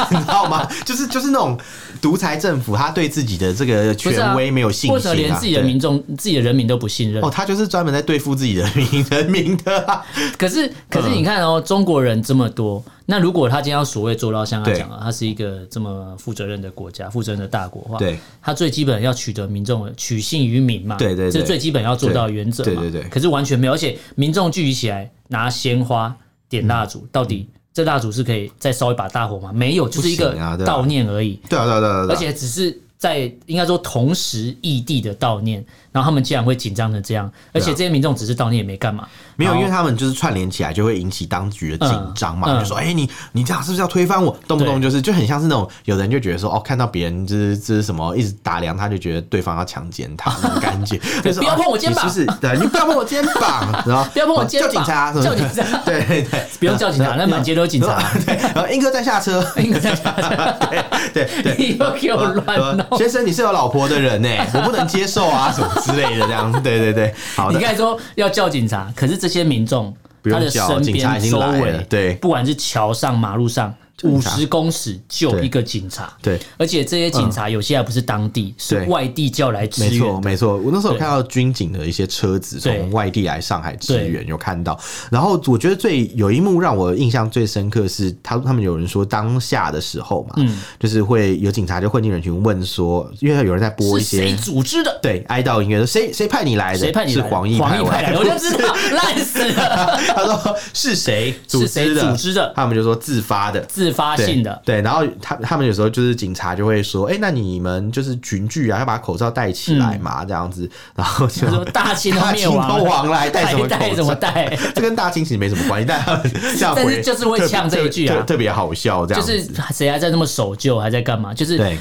Speaker 2: 你知道吗？就是就是那种独裁政府，他对自己的这个
Speaker 1: 不是
Speaker 2: 权
Speaker 1: 啊
Speaker 2: 威没有信
Speaker 1: 为什么
Speaker 2: 心、啊，
Speaker 1: 连自己的
Speaker 2: 对
Speaker 1: 民众、自己的人民都不信任？
Speaker 2: 哦，他就是专门在对付自己的民人民的
Speaker 1: <laughs>
Speaker 2: 啊、
Speaker 1: 可是，可是你看哦，中国人这么多，那如果他今天要所谓做到像他
Speaker 2: 对
Speaker 1: 讲的，他是一个这么负责任的国家、负责任的大国的话，
Speaker 2: 对，
Speaker 1: 他最基本要取得民众的取信于民嘛，
Speaker 2: 对对对
Speaker 1: 这是最基本要做到的原则嘛，
Speaker 2: 对对对
Speaker 1: 可是完全没有，而且民众聚集起来拿鲜花点蜡
Speaker 2: 嗯
Speaker 1: 烛，到底这蜡烛是可以再烧一把大火吗？没有，就是一个
Speaker 2: 不行啊对啊
Speaker 1: 悼念而已，
Speaker 2: 对啊，对啊，对啊，对啊
Speaker 1: 而且只是在应该说同时异地的悼念，然后他们竟然会紧张成这样，而
Speaker 2: 啊
Speaker 1: 且这些民众只是悼念也没干嘛，
Speaker 2: 没有，
Speaker 1: 然
Speaker 2: 因
Speaker 1: 后
Speaker 2: 为他们就是串联起来，就会引起当局的紧张嘛，
Speaker 1: 嗯嗯
Speaker 2: 就说：“哎、你你这样是不是要推翻我？”动不动就是就很像是那种有人就觉得说：“哦，看到别人就是就是什么一直打量他，就觉得对方要强奸他那种
Speaker 1: <laughs>
Speaker 2: 感觉。”就说
Speaker 1: 不要碰我肩膀
Speaker 2: 啊你是不是？对，你不要碰我肩膀，然后
Speaker 1: <laughs> 不要碰我肩膀
Speaker 2: 叫警察，什么
Speaker 1: 叫警察
Speaker 2: <laughs> 对对对，
Speaker 1: 不用叫警
Speaker 2: 啊
Speaker 1: 察，那满街都警察。 <laughs>
Speaker 2: 对，然后英哥再下车，
Speaker 1: 应该在家
Speaker 2: <laughs> 对
Speaker 1: <laughs>
Speaker 2: 对。
Speaker 1: 你又给我乱弄。
Speaker 2: 先生，你是有老婆的
Speaker 1: <laughs>
Speaker 2: 人呢、我不能接受啊，什么之类的，这样，对对对，好
Speaker 1: 你
Speaker 2: 的
Speaker 1: 刚，才说要叫警察，可是这些民众
Speaker 2: 不
Speaker 1: 他
Speaker 2: 用
Speaker 1: 的
Speaker 2: 叫
Speaker 1: 身
Speaker 2: 警察
Speaker 1: 边
Speaker 2: 已经
Speaker 1: 周
Speaker 2: 来了
Speaker 1: 围，
Speaker 2: 对
Speaker 1: 不管是桥上、马路上，
Speaker 2: 警
Speaker 1: 五
Speaker 2: 察
Speaker 1: 十公尺就一个警察。
Speaker 2: 对，嗯
Speaker 1: 而且这些警察有些还不是当地，是
Speaker 2: 对
Speaker 1: 外地叫来支
Speaker 2: 没
Speaker 1: 援
Speaker 2: 错，
Speaker 1: 的。
Speaker 2: 没错。我那时候有看到军警的一些车子
Speaker 1: 对
Speaker 2: 从外地来上海支
Speaker 1: 对
Speaker 2: 援，有看到。然后我觉得最有一幕让我印象最深刻是，他他们有人说当下的时候嘛，
Speaker 1: 嗯
Speaker 2: 就是会有警察就混进人群问说，因为有人在播一
Speaker 1: 是谁
Speaker 2: 些。
Speaker 1: 组织的？
Speaker 2: 对，哀悼音乐，说谁谁派你来的？
Speaker 1: 谁派你
Speaker 2: 是
Speaker 1: 来的？
Speaker 2: 黄奕
Speaker 1: 黄奕派来
Speaker 2: 来
Speaker 1: 的，我就知道，烂死了，
Speaker 2: <laughs> 他说是谁组
Speaker 1: 是谁
Speaker 2: 织的？
Speaker 1: 组织的
Speaker 2: 他们就说自发的，
Speaker 1: 自发
Speaker 2: 对
Speaker 1: 性啊的。
Speaker 2: 对，然后他他们有时候就是警察就会说，哎、那你们就是群聚啊，要把口罩戴起来嘛，这样子。然后就
Speaker 1: 嗯他说大清都
Speaker 2: <laughs> 大
Speaker 1: 灭
Speaker 2: 清都
Speaker 1: 亡了，
Speaker 2: 亡来戴什么
Speaker 1: 还 <laughs> 戴什
Speaker 2: 口
Speaker 1: 么
Speaker 2: 罩？
Speaker 1: 戴？
Speaker 2: <laughs> 这跟大清其实没什么关系，但
Speaker 1: <laughs>
Speaker 2: 他们这样回
Speaker 1: 但是就是会呛这一句啊
Speaker 2: 特别特特别好笑这
Speaker 1: 就
Speaker 2: 样
Speaker 1: 是
Speaker 2: 子。
Speaker 1: 谁还在那么守旧，还在干嘛？就是
Speaker 2: 对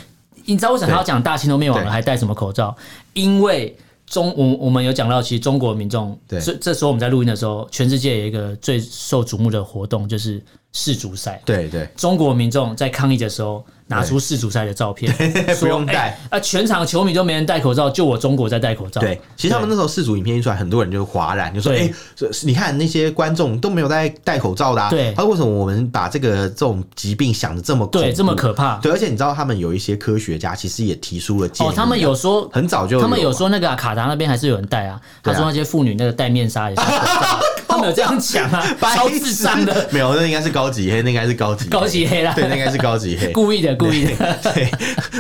Speaker 1: 你知道为什么他要讲大清都灭亡了，
Speaker 2: 对
Speaker 1: 还戴什么口罩？因为中我我们有讲到，其实中国民众，
Speaker 2: 对
Speaker 1: 这这时候我们在录音的时候，全世界有一个最受瞩目的活动就是世足赛。
Speaker 2: 对对
Speaker 1: 中国民众在抗议的时候拿出世足赛的照片，说
Speaker 2: <laughs> 不用戴
Speaker 1: 哎啊！全场球迷都没人戴口罩，就我中国在戴口罩。
Speaker 2: 对，其实他们那时候世足影片一出来，很多人就哗然，就说：“
Speaker 1: 对
Speaker 2: 哎、这你看那些观众都没有戴戴口罩的、啊，
Speaker 1: 对
Speaker 2: 他说为什么我们把这个这种疾病想的这么恐
Speaker 1: 对，
Speaker 2: 怖
Speaker 1: 这么可怕。
Speaker 2: 对，而且你知道他们有一些科学家其实也提出了建议、啊
Speaker 1: 哦，他们有说
Speaker 2: 很早就
Speaker 1: 他们有
Speaker 2: 有
Speaker 1: 说那个啊、卡达那边还是有人戴啊，他
Speaker 2: 对啊 <laughs>
Speaker 1: 说那些妇女那个戴面纱也是口罩，他没有这样讲啊，超智障的，
Speaker 2: 没有，那应该是高级黑，那应该是高级
Speaker 1: 高级黑啦
Speaker 2: 对，那应该是高级黑。
Speaker 1: <laughs> 故意的，故意的。
Speaker 2: 对，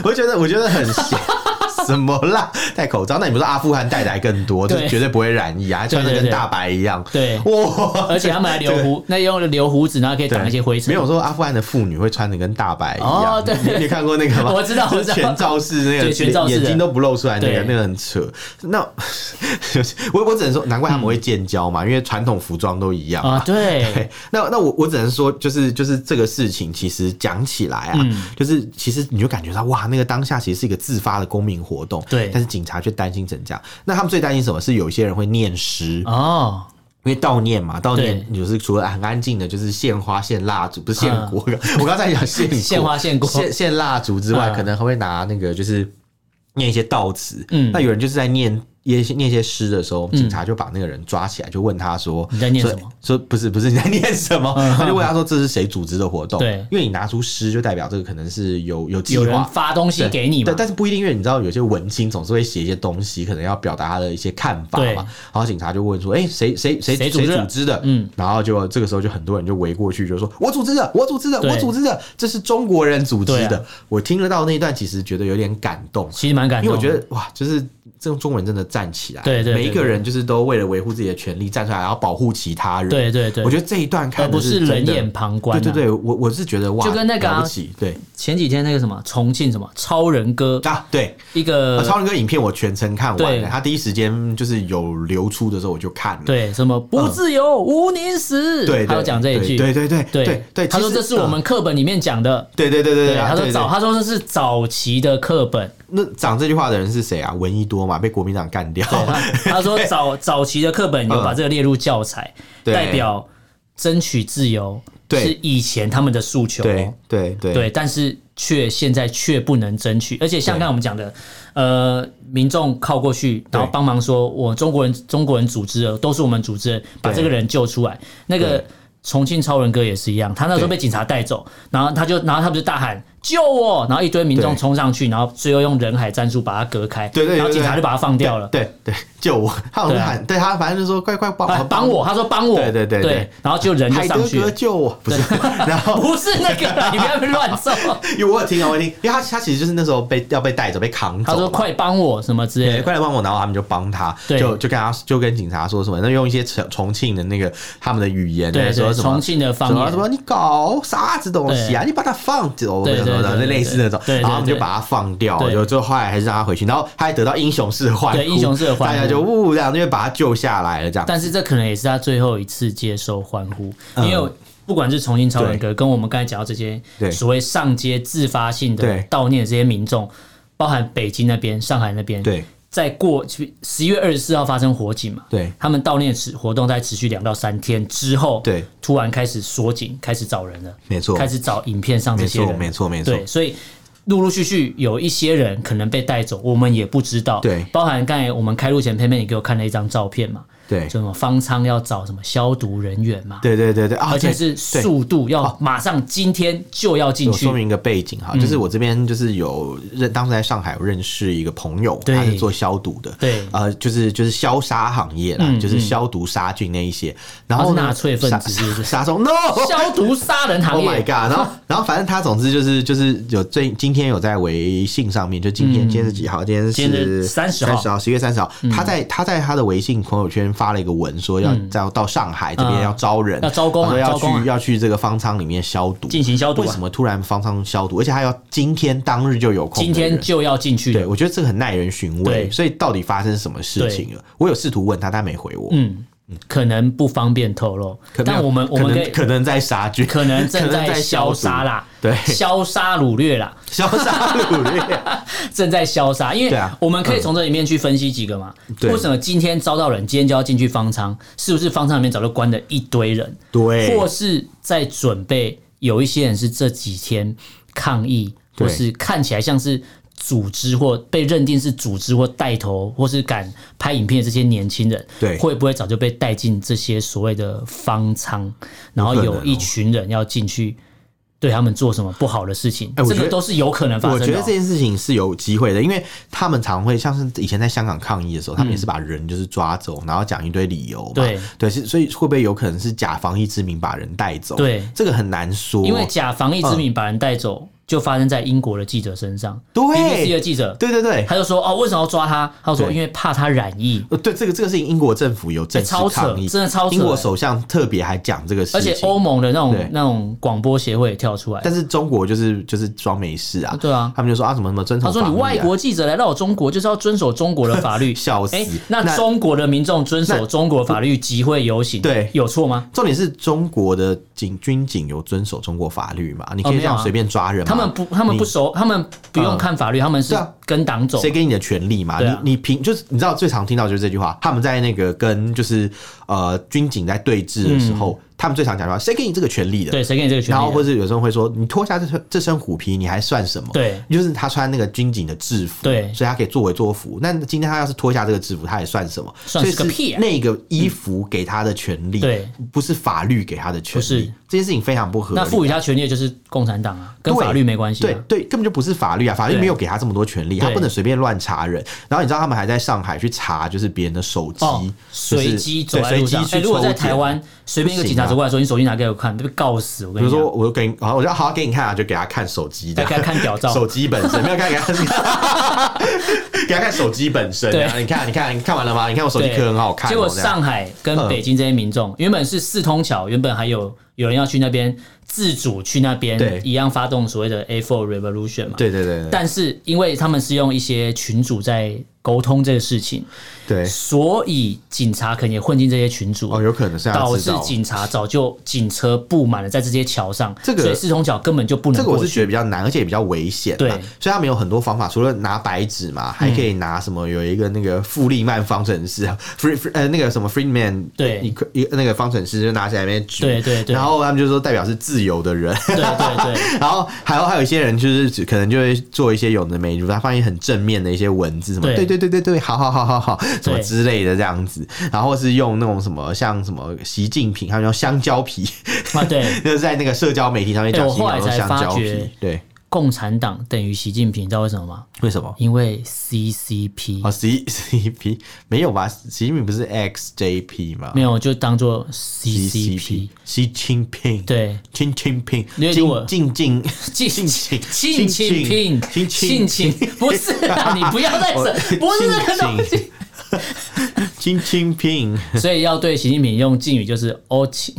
Speaker 2: 我觉得我觉得很邪 <laughs> 什么啦？戴口罩，那你不是阿富汗带的还更多，就
Speaker 1: 对
Speaker 2: 绝对不会染疫啊，还穿的
Speaker 1: 对对
Speaker 2: 跟
Speaker 1: 对
Speaker 2: 大白一样。
Speaker 1: 对
Speaker 2: 哇，
Speaker 1: <laughs> 而且他们还留胡，那用留胡子，然后可以
Speaker 2: 对
Speaker 1: 挡一些灰尘。
Speaker 2: 没有说阿富汗的妇女会穿的跟大白一样。
Speaker 1: 哦对
Speaker 2: 你你有看过那个吗？
Speaker 1: <laughs> 我知道
Speaker 2: 就
Speaker 1: 我
Speaker 2: 是
Speaker 1: 知道
Speaker 2: 全罩式那个，
Speaker 1: 对全罩式的
Speaker 2: 眼睛都不露出来那个，
Speaker 1: 对
Speaker 2: 那个很扯。那 <laughs> 我我只能说，难怪他们
Speaker 1: 嗯
Speaker 2: 会建交嘛，因为传统服装都一样嘛
Speaker 1: 啊，。对
Speaker 2: 对， <laughs> 那那我我只能说，就是就是这个事情，其实讲起来啊，
Speaker 1: 嗯
Speaker 2: 就是其实你就感觉到哇，那个当下其实是一个自发的公民活动，
Speaker 1: 对
Speaker 2: 但是警察却担心成这样，那他们最担心什么？是有一些人会念诗，
Speaker 1: 哦，
Speaker 2: 因为悼念嘛，悼念
Speaker 1: 对
Speaker 2: 就是除了很安静的，就是献花、献蜡烛，不是献果。 <laughs> 我刚才讲献果
Speaker 1: 嗯献花献果
Speaker 2: 献献蜡烛之外，
Speaker 1: 嗯
Speaker 2: 可能还会拿那个就是念一些悼词。
Speaker 1: 嗯
Speaker 2: 那有人就是在念。一些念一些诗的时候，警察就把那个人抓起来，就问他说：“
Speaker 1: 你在念什么
Speaker 2: 说？”说不是不是你在念什么？
Speaker 1: 嗯
Speaker 2: 他就问他说：“这是谁组织的活动？”
Speaker 1: 对
Speaker 2: 因为你拿出诗，就代表这个可能是有有计
Speaker 1: 有人
Speaker 2: 划，
Speaker 1: 发东西
Speaker 2: 对
Speaker 1: 给你嘛
Speaker 2: 对，？但是不一定，因为你知道有些文青总是会写一些东西，可能要表达他的一些看法
Speaker 1: 对
Speaker 2: 嘛。然后警察就问说：“哎、谁谁谁
Speaker 1: 谁
Speaker 2: 谁
Speaker 1: 组织的
Speaker 2: 组织的？”
Speaker 1: 嗯，
Speaker 2: 然后就这个时候就很多人就围过去，就说：“我组织的，我组织的，
Speaker 1: 对
Speaker 2: 我组织的，这是中国人组织
Speaker 1: 对
Speaker 2: 的。
Speaker 1: 啊
Speaker 2: 我听得到那一段，其实觉得有点感动，
Speaker 1: 其实蛮感
Speaker 2: 因
Speaker 1: 动
Speaker 2: 为
Speaker 1: 的，
Speaker 2: 我觉得哇，就是这种中文真的站起来，
Speaker 1: 对对对
Speaker 2: 每一个人就是都为了维护自己的权利站出来，然后保护其他人。
Speaker 1: 对对对
Speaker 2: 我觉得这一段看
Speaker 1: 而
Speaker 2: 的
Speaker 1: 不是
Speaker 2: 真的
Speaker 1: 冷眼。旁观
Speaker 2: 对
Speaker 1: 啊。
Speaker 2: 对对，我我是觉得哇，
Speaker 1: 就跟那个啊
Speaker 2: 了不起，对
Speaker 1: 前几天那个什么重庆什么超人哥，
Speaker 2: 啊，对，
Speaker 1: 一个
Speaker 2: 呃，超人哥影片我全程看完
Speaker 1: 对
Speaker 2: 了，他第一时间就是有流出的时候我就看了。
Speaker 1: 对什么不自由无宁死，
Speaker 2: 嗯对，
Speaker 1: 他有讲这一句，
Speaker 2: 对对对对对对，
Speaker 1: 他说
Speaker 2: 其实啊
Speaker 1: 这是我们。课本里面讲的。
Speaker 2: 对对对对对，
Speaker 1: 他
Speaker 2: 对
Speaker 1: 说
Speaker 2: 对
Speaker 1: 早，他说这是早期的课本。
Speaker 2: 那讲这句话的人是谁啊？闻一多嘛，被国民党干掉。
Speaker 1: 对，他他说
Speaker 2: <laughs>
Speaker 1: 早早期的课本有把
Speaker 2: 嗯
Speaker 1: 这个列入教材，
Speaker 2: 对
Speaker 1: 代表争取自由
Speaker 2: 对
Speaker 1: 是以前他们的诉求哦。
Speaker 2: 对对对
Speaker 1: 对，但是却现在却不能争取，而且像
Speaker 2: 对
Speaker 1: 刚才我们讲的，呃，民众靠过去，然后
Speaker 2: 对
Speaker 1: 帮忙说，我中国人中国人组织的，都是我们组织的，把
Speaker 2: 对
Speaker 1: 这个人救出来。那个
Speaker 2: 对
Speaker 1: 重庆超人哥也是一样，他那时候
Speaker 2: 对
Speaker 1: 被警察带走，然后他就，然后他不是大喊救我，然后一堆民众
Speaker 2: 对
Speaker 1: 冲上去，然后最后用人海战术把他隔开，
Speaker 2: 对对对
Speaker 1: 然后警察
Speaker 2: 对
Speaker 1: 就把他放掉了。
Speaker 2: 对对，救我！他好像喊，对他反正就说快快帮
Speaker 1: 哎
Speaker 2: 我
Speaker 1: <laughs> 帮我，，他说帮我，
Speaker 2: 对对对对
Speaker 1: 然后就人就
Speaker 2: 海
Speaker 1: 上
Speaker 2: 德
Speaker 1: 去
Speaker 2: 哥
Speaker 1: 了，
Speaker 2: 救我！ <laughs> 不是，然后
Speaker 1: 不是那个 <laughs> 啦，你不要乱造。
Speaker 2: 因为我有听啊，我有听，因为他他其实就是那时候被要被带走被扛走
Speaker 1: 他
Speaker 2: 嘛，
Speaker 1: 说快帮我什么之类
Speaker 2: 对，
Speaker 1: 的，
Speaker 2: 快来帮我，然后他们就帮他，
Speaker 1: 对
Speaker 2: 就就跟他就跟警察说什么，那用一些重重庆的那个他们的语言，啊
Speaker 1: 对
Speaker 2: 说
Speaker 1: 对，
Speaker 2: 什么
Speaker 1: 重。庆的方
Speaker 2: 什么
Speaker 1: 言
Speaker 2: 什，么？你搞啥子东西啊？你把它放走，什么的，那类似那种。然后他们就把它放掉，就最后后来还是让他回去，然后他还得到英雄式欢呼，大家就呜这样，就把他救下来了，这样。
Speaker 1: 但是这可能也是他最后一次接受欢呼，
Speaker 2: 嗯
Speaker 1: 因为不管是重庆超人哥，跟我们刚才讲到这些
Speaker 2: 对
Speaker 1: 所谓上街自发性的
Speaker 2: 对
Speaker 1: 悼念这些民众，包含北京那边、上海那边，
Speaker 2: 对
Speaker 1: 在过十一月二十四号发生火警嘛，
Speaker 2: 对
Speaker 1: 他们悼念持活动在持续两到三天之后，
Speaker 2: 对，
Speaker 1: 突然开始缩紧，开始找人了，
Speaker 2: 没错
Speaker 1: 开始找影片上这
Speaker 2: 没
Speaker 1: 些
Speaker 2: 错，
Speaker 1: 人，
Speaker 2: 没错，没错。
Speaker 1: 对，所以陆陆续续有一些人可能被带走，我们也不知道。
Speaker 2: 对
Speaker 1: 包含刚才我们开录前，偏偏你给我看了一张照片嘛，
Speaker 2: 对
Speaker 1: 就什么方舱要找什么消毒人员嘛，
Speaker 2: 对对对对啊！
Speaker 1: 而且是速度要马上今天就要进
Speaker 2: 我
Speaker 1: 去嗯
Speaker 2: 说，明一个背景哈，就是我这边就是有认，当时在上海有认识一个朋友，
Speaker 1: 对
Speaker 2: 他是做消毒的，
Speaker 1: 对
Speaker 2: 呃，就是就是消杀行业啦，
Speaker 1: 嗯
Speaker 2: 就是消毒杀菌那一些，然后
Speaker 1: 他
Speaker 2: 呢
Speaker 1: 是纳粹分子
Speaker 2: 杀
Speaker 1: 是不是
Speaker 2: 杀杀虫，no，
Speaker 1: <laughs> <laughs> 消毒杀人行
Speaker 2: Oh my
Speaker 1: 业。
Speaker 2: god！然后，
Speaker 1: <laughs>
Speaker 2: 然后反正他总之就是就是有最今天有在微信上面，就今天、今天是几号？今天
Speaker 1: 嗯今天
Speaker 2: 是
Speaker 1: 是30
Speaker 2: 三
Speaker 1: 号嗯
Speaker 2: 十号，十月三十号。他在他在他的微信朋友圈发了一个文，说要到到上海这边
Speaker 1: 嗯
Speaker 2: 要招人，
Speaker 1: 要招工啊
Speaker 2: 他说要
Speaker 1: 招工啊
Speaker 2: 去要去这个方舱里面消毒，
Speaker 1: 进行消毒啊
Speaker 2: 为什么突然方舱消毒？而且还要今天当日就有空的人，
Speaker 1: 今天就要进去
Speaker 2: 对
Speaker 1: 了，
Speaker 2: 我觉得这个很耐人寻味。
Speaker 1: 对
Speaker 2: 所以到底发生什么事情了？我有试图问他，他没回我。
Speaker 1: 嗯，可能不方便透露
Speaker 2: 可，能
Speaker 1: 但我们我
Speaker 2: 可
Speaker 1: 们可
Speaker 2: 能
Speaker 1: 以
Speaker 2: 可能在杀菌，
Speaker 1: 可能正
Speaker 2: 可能在
Speaker 1: 在
Speaker 2: 消
Speaker 1: 消
Speaker 2: 毒
Speaker 1: 杀啦，
Speaker 2: 对
Speaker 1: 消杀掳掠啦，
Speaker 2: <laughs> 消杀掳掠。
Speaker 1: <laughs> 正在消杀，因
Speaker 2: 对
Speaker 1: 为
Speaker 2: 啊
Speaker 1: 我们可以从这里面去分析几个嘛。
Speaker 2: 对
Speaker 1: 为什么今天招到人，今天就要进去方舱？是不是方舱里面早就关了一堆人？
Speaker 2: 对
Speaker 1: 或是在准备有一些人是这几天抗议，
Speaker 2: 对
Speaker 1: 或是看起来像是组织或被认定是组织或带头，或是敢拍影片的这些年轻人，
Speaker 2: 对
Speaker 1: 会不会早就被带进这些所谓的方舱，然后
Speaker 2: 有可能
Speaker 1: 有
Speaker 2: 哦
Speaker 1: 一群人要进去？对他们做什么不好的事情，
Speaker 2: 哎我
Speaker 1: 这
Speaker 2: 觉
Speaker 1: 个
Speaker 2: 得
Speaker 1: 都是有可能发
Speaker 2: 我
Speaker 1: 生的哦、
Speaker 2: 觉得这件事情是有机会的，因为他们常会像是以前在香港抗议的时候，他们也是把人就是抓走，然后讲一堆理由嘛。
Speaker 1: 嗯对
Speaker 2: 对，是所以会不会有可能是假防疫之名把人带走？
Speaker 1: 对
Speaker 2: 这个很难说。
Speaker 1: 因为假防疫之名把人带走，就发生在英国的记者身上。
Speaker 2: 嗯对
Speaker 1: BBC 的记者，
Speaker 2: 对对对，
Speaker 1: 他就说哦，为什么要抓他？他说
Speaker 2: 对
Speaker 1: 因为怕他染疫。
Speaker 2: 呃对这个这个事情，英国政府有正式
Speaker 1: 欸超扯
Speaker 2: 抗议，
Speaker 1: 真的超扯
Speaker 2: 英国首相特别还讲这个事
Speaker 1: 而
Speaker 2: 情，
Speaker 1: 且欧盟的那
Speaker 2: 对
Speaker 1: 种那种广播协会也跳出来，
Speaker 2: 但是中国就是就是装没事啊，
Speaker 1: 对啊
Speaker 2: 他们就说啊什么什么遵
Speaker 1: 他
Speaker 2: 守、啊，
Speaker 1: 说你外国记者来到中国就是要遵守中国的法律。
Speaker 2: <laughs> 笑死
Speaker 1: 哎，
Speaker 2: 那
Speaker 1: 那中国的民众遵
Speaker 2: 那
Speaker 1: 守中国法律集会游行，
Speaker 2: 对
Speaker 1: 有错吗？
Speaker 2: 重点是中国的警军警有遵守中国法律嘛？
Speaker 1: 哦
Speaker 2: 你可以这样随便抓人吗？
Speaker 1: 啊他们不，他们不熟，他们不用看法律，他们是
Speaker 2: 对啊
Speaker 1: 跟党走
Speaker 2: 谁。给你的权利嘛？
Speaker 1: 对啊
Speaker 2: 你你凭就是你知道最常听到就是这句话，他们在那个跟就是呃军警在对峙的时候，他们最常讲的话，谁给你这个权利
Speaker 1: 嗯
Speaker 2: 的？啊
Speaker 1: 对，谁给你这个权
Speaker 2: 然后或
Speaker 1: 利的？啊
Speaker 2: 者有时候会说，你脱下这身这身虎皮，你还算什么？
Speaker 1: 对，
Speaker 2: 就是他穿那个军警的制服，
Speaker 1: 对
Speaker 2: 所以他可以作为作服。那今天他要是脱下这个制服，他也算什么？
Speaker 1: 算是个
Speaker 2: 所以
Speaker 1: 屁啊嗯
Speaker 2: 那个衣服给他的权利，
Speaker 1: 对，
Speaker 2: 不是法律给他的权利。
Speaker 1: 不是
Speaker 2: 这件事情非常不合理。
Speaker 1: 那赋予他权利的就是共产党啊，跟
Speaker 2: 对
Speaker 1: 法律没关系啊。
Speaker 2: 对对，根本就不是法律啊！法律
Speaker 1: 对
Speaker 2: 没有给他这么多权利，他
Speaker 1: 对
Speaker 2: 不能随便乱查人。然后你知道他们还在上海去查，就是别人的手机
Speaker 1: 哦，，
Speaker 2: 就是
Speaker 1: 随机走
Speaker 2: 对
Speaker 1: 在路
Speaker 2: 随
Speaker 1: 上
Speaker 2: 机。
Speaker 1: 哎，
Speaker 2: 去
Speaker 1: 如果
Speaker 2: 抽
Speaker 1: 在
Speaker 2: 检
Speaker 1: 台湾，随便一个警察走过来说：“你手机拿给我看”，都被告死。我
Speaker 2: 比
Speaker 1: 跟
Speaker 2: 如
Speaker 1: 你讲
Speaker 2: 说，，我就给你，好，我就好好给你看啊，就给他看手机这
Speaker 1: 再
Speaker 2: 样，
Speaker 1: 给他看屌照
Speaker 2: <laughs> 手机本身，没有看给他看，给他 <laughs> 看手机本身这样。
Speaker 1: 对
Speaker 2: 你看，你看，你看完了吗？你看我手机壳很好看哦，
Speaker 1: 结果
Speaker 2: 这样嗯
Speaker 1: 上海跟北京这些民众，原本是四通桥，原本还有有人要去那边自主去那
Speaker 2: 对
Speaker 1: 边，一样发动所谓的 A4 Revolution 嘛。
Speaker 2: 对对对对
Speaker 1: 但是因为他们是用一些群主在沟通这个事情，
Speaker 2: 对，
Speaker 1: 所以警察可能也混进这些群组，
Speaker 2: 哦，有可能是他
Speaker 1: 导
Speaker 2: 知
Speaker 1: 致
Speaker 2: 道。
Speaker 1: 警察早就警车布满了在这些桥上，
Speaker 2: 这个
Speaker 1: 所以四通桥根本就不
Speaker 2: 这
Speaker 1: 能
Speaker 2: 个我
Speaker 1: 过
Speaker 2: 是
Speaker 1: 去。
Speaker 2: 觉得比较难，而且也比较危险。啊
Speaker 1: 对，嗯
Speaker 2: 所以他们有很多方法，除了拿白纸嘛，还可以拿什么？有一个那个富利曼方程式啊，free free- 呃那个什么 Friedman，
Speaker 1: 对
Speaker 2: 一个一个那个方程式就拿起来那边举，
Speaker 1: 对对对
Speaker 2: 然后他们就说代表是自由的人。
Speaker 1: 对对对，
Speaker 2: <laughs> 然后还有还有一些人就是只可能就会做一些有的没的，他发现很正面的一些文字，什么对
Speaker 1: 对
Speaker 2: 对对对对，好好好好好，什么
Speaker 1: 对
Speaker 2: 之类的这样子，然后是用那种什么像什么习近平，他们用香蕉皮， <laughs>
Speaker 1: 啊对，
Speaker 2: 就是在那个社交媒体上面讲
Speaker 1: 哎
Speaker 2: 习近
Speaker 1: 我后来
Speaker 2: 平用
Speaker 1: 才
Speaker 2: 香蕉
Speaker 1: 发觉
Speaker 2: 皮，对，
Speaker 1: 共产党等于习近平，你知道为什么吗？
Speaker 2: 为什么？
Speaker 1: 因为 CCP
Speaker 2: 哦，C <laughs> C P 没有吧？习近平不是 X J P 吗
Speaker 1: 没有就当做
Speaker 2: 啊？C
Speaker 1: CCP，
Speaker 2: 习近平，
Speaker 1: 对，
Speaker 2: Xi Jinping，
Speaker 1: 因为如果
Speaker 2: 近近
Speaker 1: 近
Speaker 2: 近 <laughs> 近
Speaker 1: 近亲
Speaker 2: 近近
Speaker 1: 拼
Speaker 2: 近
Speaker 1: 近亲，不是啊，你不要再
Speaker 2: 哦
Speaker 1: 扯，不是这个东西。
Speaker 2: 近近平。
Speaker 1: 所以要对习近平用敬语就是“哦亲”，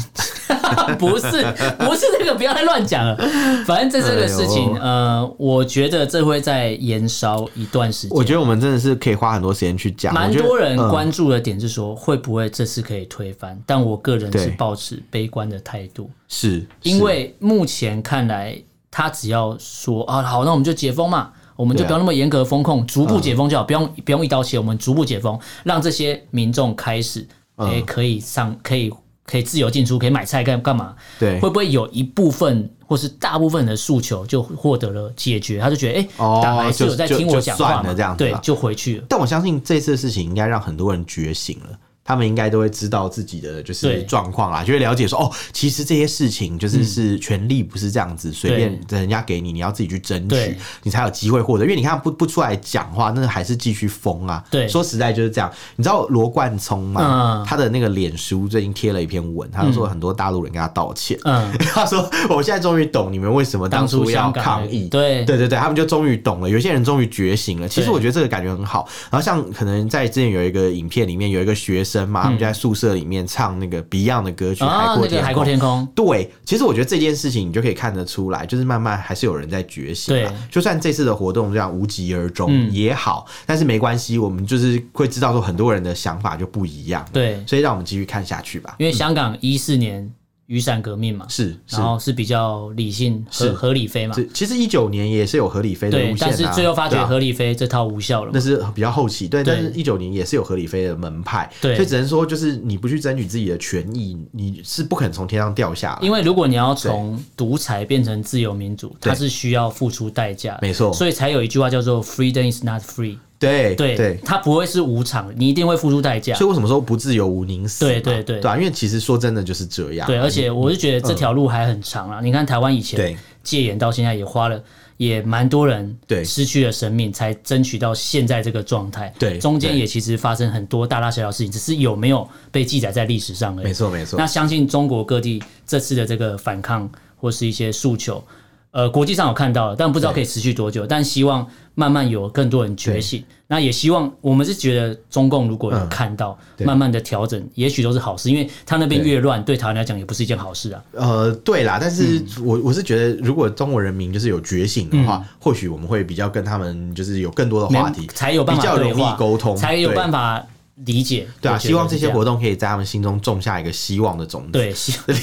Speaker 1: <laughs> 不是不是这个，不要再乱讲了。反正这这个事情，
Speaker 2: 哎呦
Speaker 1: 呃，我觉得这会再延烧一段时
Speaker 2: 我
Speaker 1: 间。
Speaker 2: 觉得我们真的是可以花很多时间去讲，
Speaker 1: 蛮
Speaker 2: 我觉得
Speaker 1: 多人
Speaker 2: 嗯
Speaker 1: 关注的点是说，会不会这次可以推翻？但我个人
Speaker 2: 对
Speaker 1: 是抱持悲观的态度。
Speaker 2: 是
Speaker 1: 因为目前看来，他只要说啊，好，那我们就解封嘛，我们就
Speaker 2: 对啊嗯
Speaker 1: 不要那么严格风控，逐步解封就好，不用不用一刀切，我们逐步解封，让这些民众开始，
Speaker 2: 嗯
Speaker 1: 诶，可以上，可以可以自由进出，可以买菜干干嘛？
Speaker 2: 是对
Speaker 1: 会不会有一部分或是大部分的诉求就获得了解决？他就觉得，哎、
Speaker 2: 哦
Speaker 1: 党还是
Speaker 2: 就
Speaker 1: 有在
Speaker 2: 就
Speaker 1: 听我
Speaker 2: 就
Speaker 1: 讲
Speaker 2: 算
Speaker 1: 话
Speaker 2: 了
Speaker 1: 嘛，
Speaker 2: 这样子
Speaker 1: 对
Speaker 2: 吧，
Speaker 1: 就回去了。
Speaker 2: 但我相信这次的事情应该让很多人觉醒了。他们应该都会知道自己的就是
Speaker 1: 对嗯
Speaker 2: 状况啦，就会了解说哦，其实这些事情就是是权利不是这样子随便人家给你，你要自己去争取
Speaker 1: 对，
Speaker 2: 你才有机会获得。因为你看不不出来讲话，那还是继续疯啊。
Speaker 1: 对
Speaker 2: 说实在就是这样。你知道罗冠聪吗？
Speaker 1: 嗯
Speaker 2: 他的那个脸书最近贴了一篇文，他就说很多大陆人跟他道歉。 <laughs>
Speaker 1: 嗯，
Speaker 2: 他说：“我现在终于懂你们为什么当初要
Speaker 1: 香港
Speaker 2: 抗议。”
Speaker 1: 对
Speaker 2: 对对对，他们就终于懂了，有些人终于觉醒了。其实
Speaker 1: 对
Speaker 2: 我觉得这个感觉很好。然后像可能在之前有一个影片里面，有一个学生嘛，他们就在宿舍里面唱那个 Beyond 的歌曲
Speaker 1: 嗯
Speaker 2: 《
Speaker 1: 啊，那
Speaker 2: 天
Speaker 1: 个海阔天空，
Speaker 2: 对，其实我觉得这件事情你就可以看得出来，就是慢慢还是有人在觉醒啦
Speaker 1: 对
Speaker 2: 就算这次的活动这样无疾而终
Speaker 1: 嗯
Speaker 2: 也好，但是没关系，我们就是会知道说很多人的想法就不一样。
Speaker 1: 对，
Speaker 2: 所以让我们继续看下去吧。
Speaker 1: 因为香港一四年雨伞革命嘛，
Speaker 2: 是是
Speaker 1: 然。后是比较理性
Speaker 2: 是
Speaker 1: 合合理飞嘛
Speaker 2: 这，其实一九年也是有合理飞的
Speaker 1: 对
Speaker 2: 路，线、啊，
Speaker 1: 但是最后发
Speaker 2: 对
Speaker 1: 觉
Speaker 2: 啊
Speaker 1: 合理飞这套无效了
Speaker 2: 那
Speaker 1: 嘛，
Speaker 2: 是比较后期，对，但
Speaker 1: 对
Speaker 2: 是一九年也是有合理飞的门派，
Speaker 1: 对
Speaker 2: 所以只能说就是你不去争取自己的权益，你是不可能从天上掉下来。
Speaker 1: 因为如果你要从独裁变成自由民主，
Speaker 2: 对
Speaker 1: 它是需要付出代价的，
Speaker 2: 没错
Speaker 1: 所以才有一句话叫做 “freedom is not free”，
Speaker 2: 对
Speaker 1: 对，
Speaker 2: 对，
Speaker 1: 它不会是无偿，你一定会付出代价
Speaker 2: 所。以为什么说不自由无宁死嘛？
Speaker 1: 对对对
Speaker 2: 对啊，因为其实说真的就是这样。
Speaker 1: 对，而且我是觉得这条路还很长啊。你看台湾以前
Speaker 2: 对
Speaker 1: 戒严到现在也花了。也蛮多人
Speaker 2: 对
Speaker 1: 失去了生命，才争取到现在这个状态。
Speaker 2: 对，
Speaker 1: 中间也其实发生很多大大小小事情，只是有没有被记载在历史上而已。
Speaker 2: 没错，没错。
Speaker 1: 那相信中国各地这次的这个反抗或是一些诉求，呃，国际上有看到了，但不知道可以持续多久。但希望慢慢有更多人觉醒。那也希望我们是觉得中共如果有看到、嗯、慢慢的调整，也许都是好事，因为他那边越乱，对台湾来讲也不是一件好事啊。
Speaker 2: 呃，对啦，但是我、嗯、我是觉得，如果中国人民就是有觉醒的话，嗯、或许我们会比较跟他们就是有更多的话题，
Speaker 1: 才有办
Speaker 2: 法比较容易沟通，
Speaker 1: 才有办法。理解
Speaker 2: 对啊，希望这些活动可以在他们心中种下一个希望的种子。
Speaker 1: 对，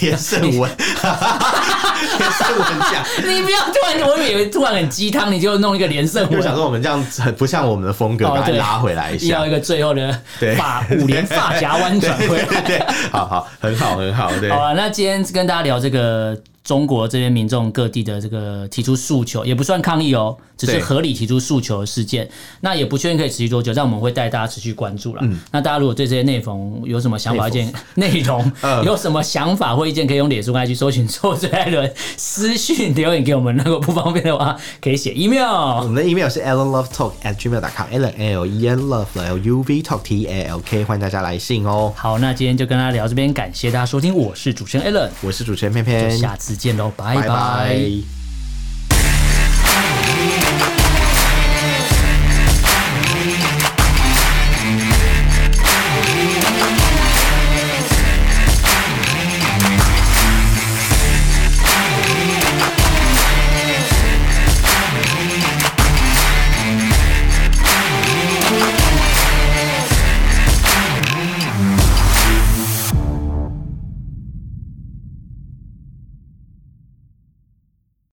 Speaker 2: 连胜文， <laughs> 连胜文讲，
Speaker 1: <laughs> 你不要突然，我以为突然很鸡汤，你就弄一个连胜
Speaker 2: <laughs>
Speaker 1: 文。
Speaker 2: 我想说，我们这样很不像我们的风格，把它拉回来一下，
Speaker 1: 哦要一个最后
Speaker 2: <laughs>
Speaker 1: 的发五连发夹弯转回来。
Speaker 2: 对，好好，很好，很好。对，
Speaker 1: 好啊了，那今天跟大家聊这个。中国这边民众各地的这个提出诉求，也不算抗议哦，只是合理提出诉求的事件。那也不确定可以持续多久，但我们会带大家持续关注了。嗯、那大家如果对这些内容有什么想法、意见，内容、 <laughs> 呃、有什么想法或意见，可以用脸书来去搜寻“臭嘴艾伦”，私讯留言给我们。如果不方便的话，可以写 email。
Speaker 2: 我们的 email 是 allenlovetalk@gmail.com，allen l e n love l u v talk t a l k，欢迎大家来信哦。
Speaker 1: 好，那今天就跟大家聊这边，感谢大家收听，我是主持人 Allen，
Speaker 2: 我是主持人偏偏，
Speaker 1: 下次。再见喽，拜拜。
Speaker 2: 拜拜